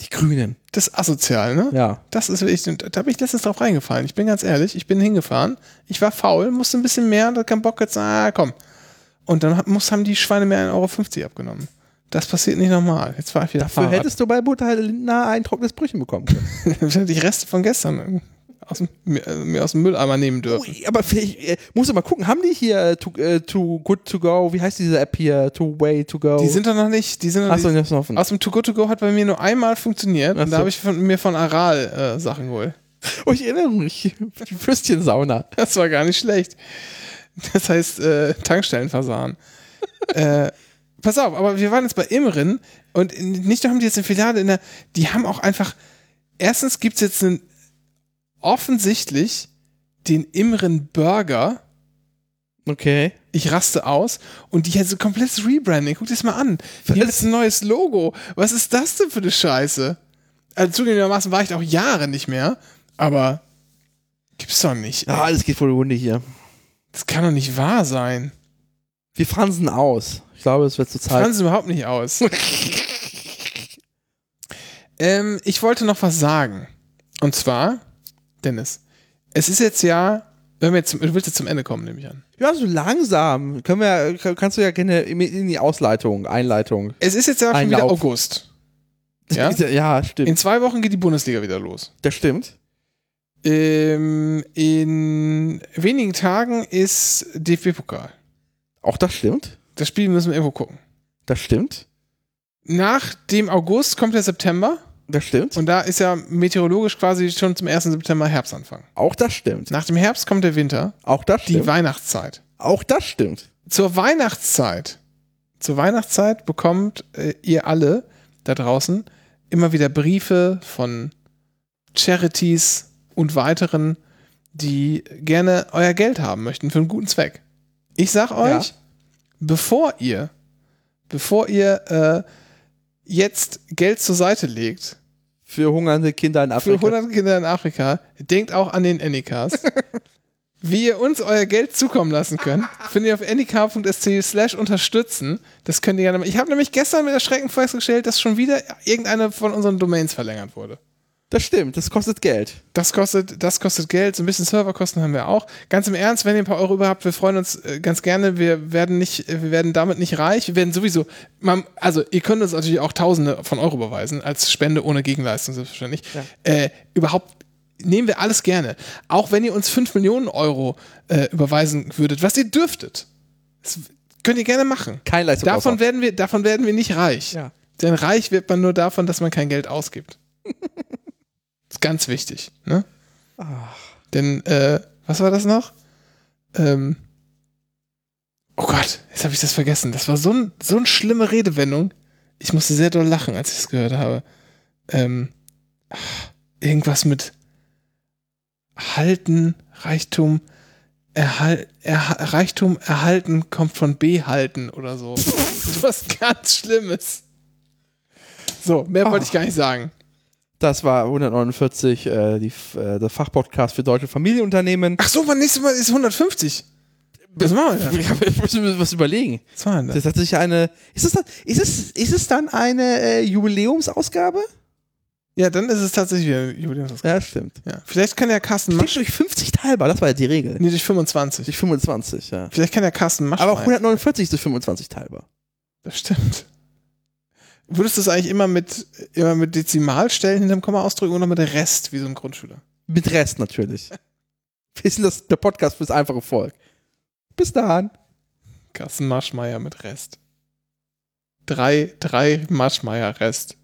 S2: Die Grünen.
S1: Das ist asozial, ne?
S2: Ja.
S1: Das ist wirklich, da bin ich letztens drauf reingefallen. Ich bin ganz ehrlich, ich bin hingefahren. Ich war faul, musste ein bisschen mehr, da keinen Bock jetzt, ah, komm. Und dann hat- muss, haben die Schweine mir 1,50 Euro abgenommen. Das passiert nicht normal. Jetzt war ich wieder
S2: Dafür
S1: Fahrrad.
S2: hättest du bei Butter Lindner ein trockenes Brötchen bekommen können.
S1: hätte <laughs> ich Reste von gestern äh, aus dem, mir, äh, mir aus dem Mülleimer nehmen dürfen.
S2: <laughs> Ui, aber vielleicht, äh, musst du mal gucken, haben die hier äh, to, äh, to Good To Go, wie heißt diese App hier? To Way To Go?
S1: Die sind doch noch nicht, die sind noch
S2: Achso,
S1: nicht.
S2: das ist noch offen.
S1: Aus dem Too Good To Go hat bei mir nur einmal funktioniert.
S2: Ach
S1: Und
S2: so.
S1: da habe ich von, mir von Aral äh, Sachen geholt.
S2: Oh, ich erinnere mich. Die Würstchensauna.
S1: Das war gar nicht schlecht. Das heißt äh, Tankstellenversahen. äh, pass auf, aber wir waren jetzt bei Imrin und in- nicht nur haben die jetzt eine Filiale in der, die haben auch einfach, erstens gibt es jetzt einen, offensichtlich den Imrin Burger.
S2: Okay.
S1: Ich raste aus und die hat so komplettes Rebranding. Guck dir das mal an. Die haben jetzt ein neues Logo. Was ist das denn für eine Scheiße? Also zugegebenermaßen war ich da auch Jahre nicht mehr, aber gibt's doch nicht.
S2: Ah, alles geht vor die Hunde hier.
S1: Das kann doch nicht wahr sein.
S2: Wir fransen aus. Ich glaube, es wird zur Zeit.
S1: Franz überhaupt nicht aus. <laughs> ähm, ich wollte noch was sagen. Und zwar, Dennis, es ist jetzt ja, wenn wir jetzt zum, du willst jetzt zum Ende kommen, nehme ich an.
S2: ja, so langsam. Können wir, kann- kannst du ja gerne in in die Ausleitung, Einleitung.
S1: Es ist jetzt ja schon wieder
S2: Einlauf.
S1: August. Ja?
S2: <laughs> ja stimmt.
S1: In zwei Wochen geht die Bundesliga wieder los.
S2: das stimmt.
S1: Ähm, in wenigen Tagen ist DFB-Pokal.
S2: Auch das stimmt.
S1: Das Spiel müssen wir irgendwo gucken.
S2: Das stimmt.
S1: Nach dem August kommt der September.
S2: Das stimmt.
S1: Und da ist ja meteorologisch quasi schon zum 1. September Herbstanfang.
S2: Auch das stimmt.
S1: Nach dem Herbst kommt der Winter,
S2: Auch das
S1: die
S2: stimmt.
S1: Weihnachtszeit.
S2: Auch das stimmt.
S1: Zur Weihnachtszeit, zur Weihnachtszeit bekommt äh, ihr alle da draußen immer wieder Briefe von Charities und weiteren, die gerne euer Geld haben möchten für einen guten Zweck. Ich sag
S2: Ja.
S1: euch, bevor ihr, bevor ihr äh, jetzt Geld zur Seite legt,
S2: Für hungernde Kinder in
S1: für
S2: Afrika.
S1: 100 Kinder in Afrika, denkt auch an den Anycast. Wie ihr uns euer Geld zukommen lassen könnt, findet ihr auf anycast.sc slash unterstützen. Das könnt ihr gerne machen. Ich habe nämlich gestern mit Erschrecken festgestellt, dass schon wieder irgendeine von unseren Domains verlängert wurde.
S2: das stimmt. Das kostet Geld.
S1: Das kostet, das kostet Geld, so ein bisschen Serverkosten haben wir auch. Ganz im Ernst, wenn ihr ein paar Euro über habt, wir freuen uns äh, ganz gerne. Wir werden nicht, äh, wir werden damit nicht reich. Wir werden sowieso, man, also ihr könnt uns natürlich auch Tausende von Euro überweisen, als Spende ohne Gegenleistung selbstverständlich. Äh, überhaupt nehmen wir alles gerne. Auch wenn ihr uns 5 Millionen Euro äh, überweisen würdet, was ihr dürftet. Das könnt ihr gerne machen.
S2: Kein Leistungsausfall.
S1: Davon werden wir, davon werden wir nicht reich.
S2: Ja.
S1: Denn reich wird man nur davon, dass man kein Geld ausgibt. ist ganz wichtig, ne? Denn, äh, was war das noch? Ähm, oh Gott, jetzt habe ich das vergessen. Das war so, ein, so eine schlimme Redewendung. Ich musste sehr doll lachen, als ich es gehört habe. Ähm, ach, irgendwas mit halten, Reichtum, Erhal Erha- Reichtum erhalten kommt von behalten oder so. <laughs> Was ganz Schlimmes. So, mehr wollte
S2: Ach.
S1: ich gar nicht sagen.
S2: Das war 149, äh, die, F- äh, der Fachpodcast für
S1: <laughs>
S2: deutsche Familienunternehmen.
S1: Ach so, mein nächstes Mal ist 150. Was machen wir denn?
S2: Ich hab- ich muss mir was überlegen.
S1: Was machen wir denn?
S2: Das hat sich eine. Ist es dann, ist es, ist es dann eine äh, Jubiläumsausgabe?
S1: Ja, dann ist es tatsächlich wieder Jubiläumsausgabe.
S2: Ja, stimmt.
S1: Ja. Vielleicht kann ja Carsten
S2: Steht
S1: Masch.
S2: durch 50 teilbar, das war ja die Regel.
S1: Nee, durch 25.
S2: Durch 25, ja.
S1: Vielleicht kann ja Carsten Masch.
S2: Aber auch
S1: rein.
S2: 149 durch 25 teilbar.
S1: Das stimmt. Würdest du es eigentlich immer mit, immer mit Dezimalstellen hinterm Komma ausdrücken oder mit Rest, wie so ein Grundschüler?
S2: Mit Rest natürlich. Wir sind das, der Podcast fürs einfache Volk. Bis dahin.
S1: Carsten Marschmeier mit Rest. Drei, drei Marschmeier Rest.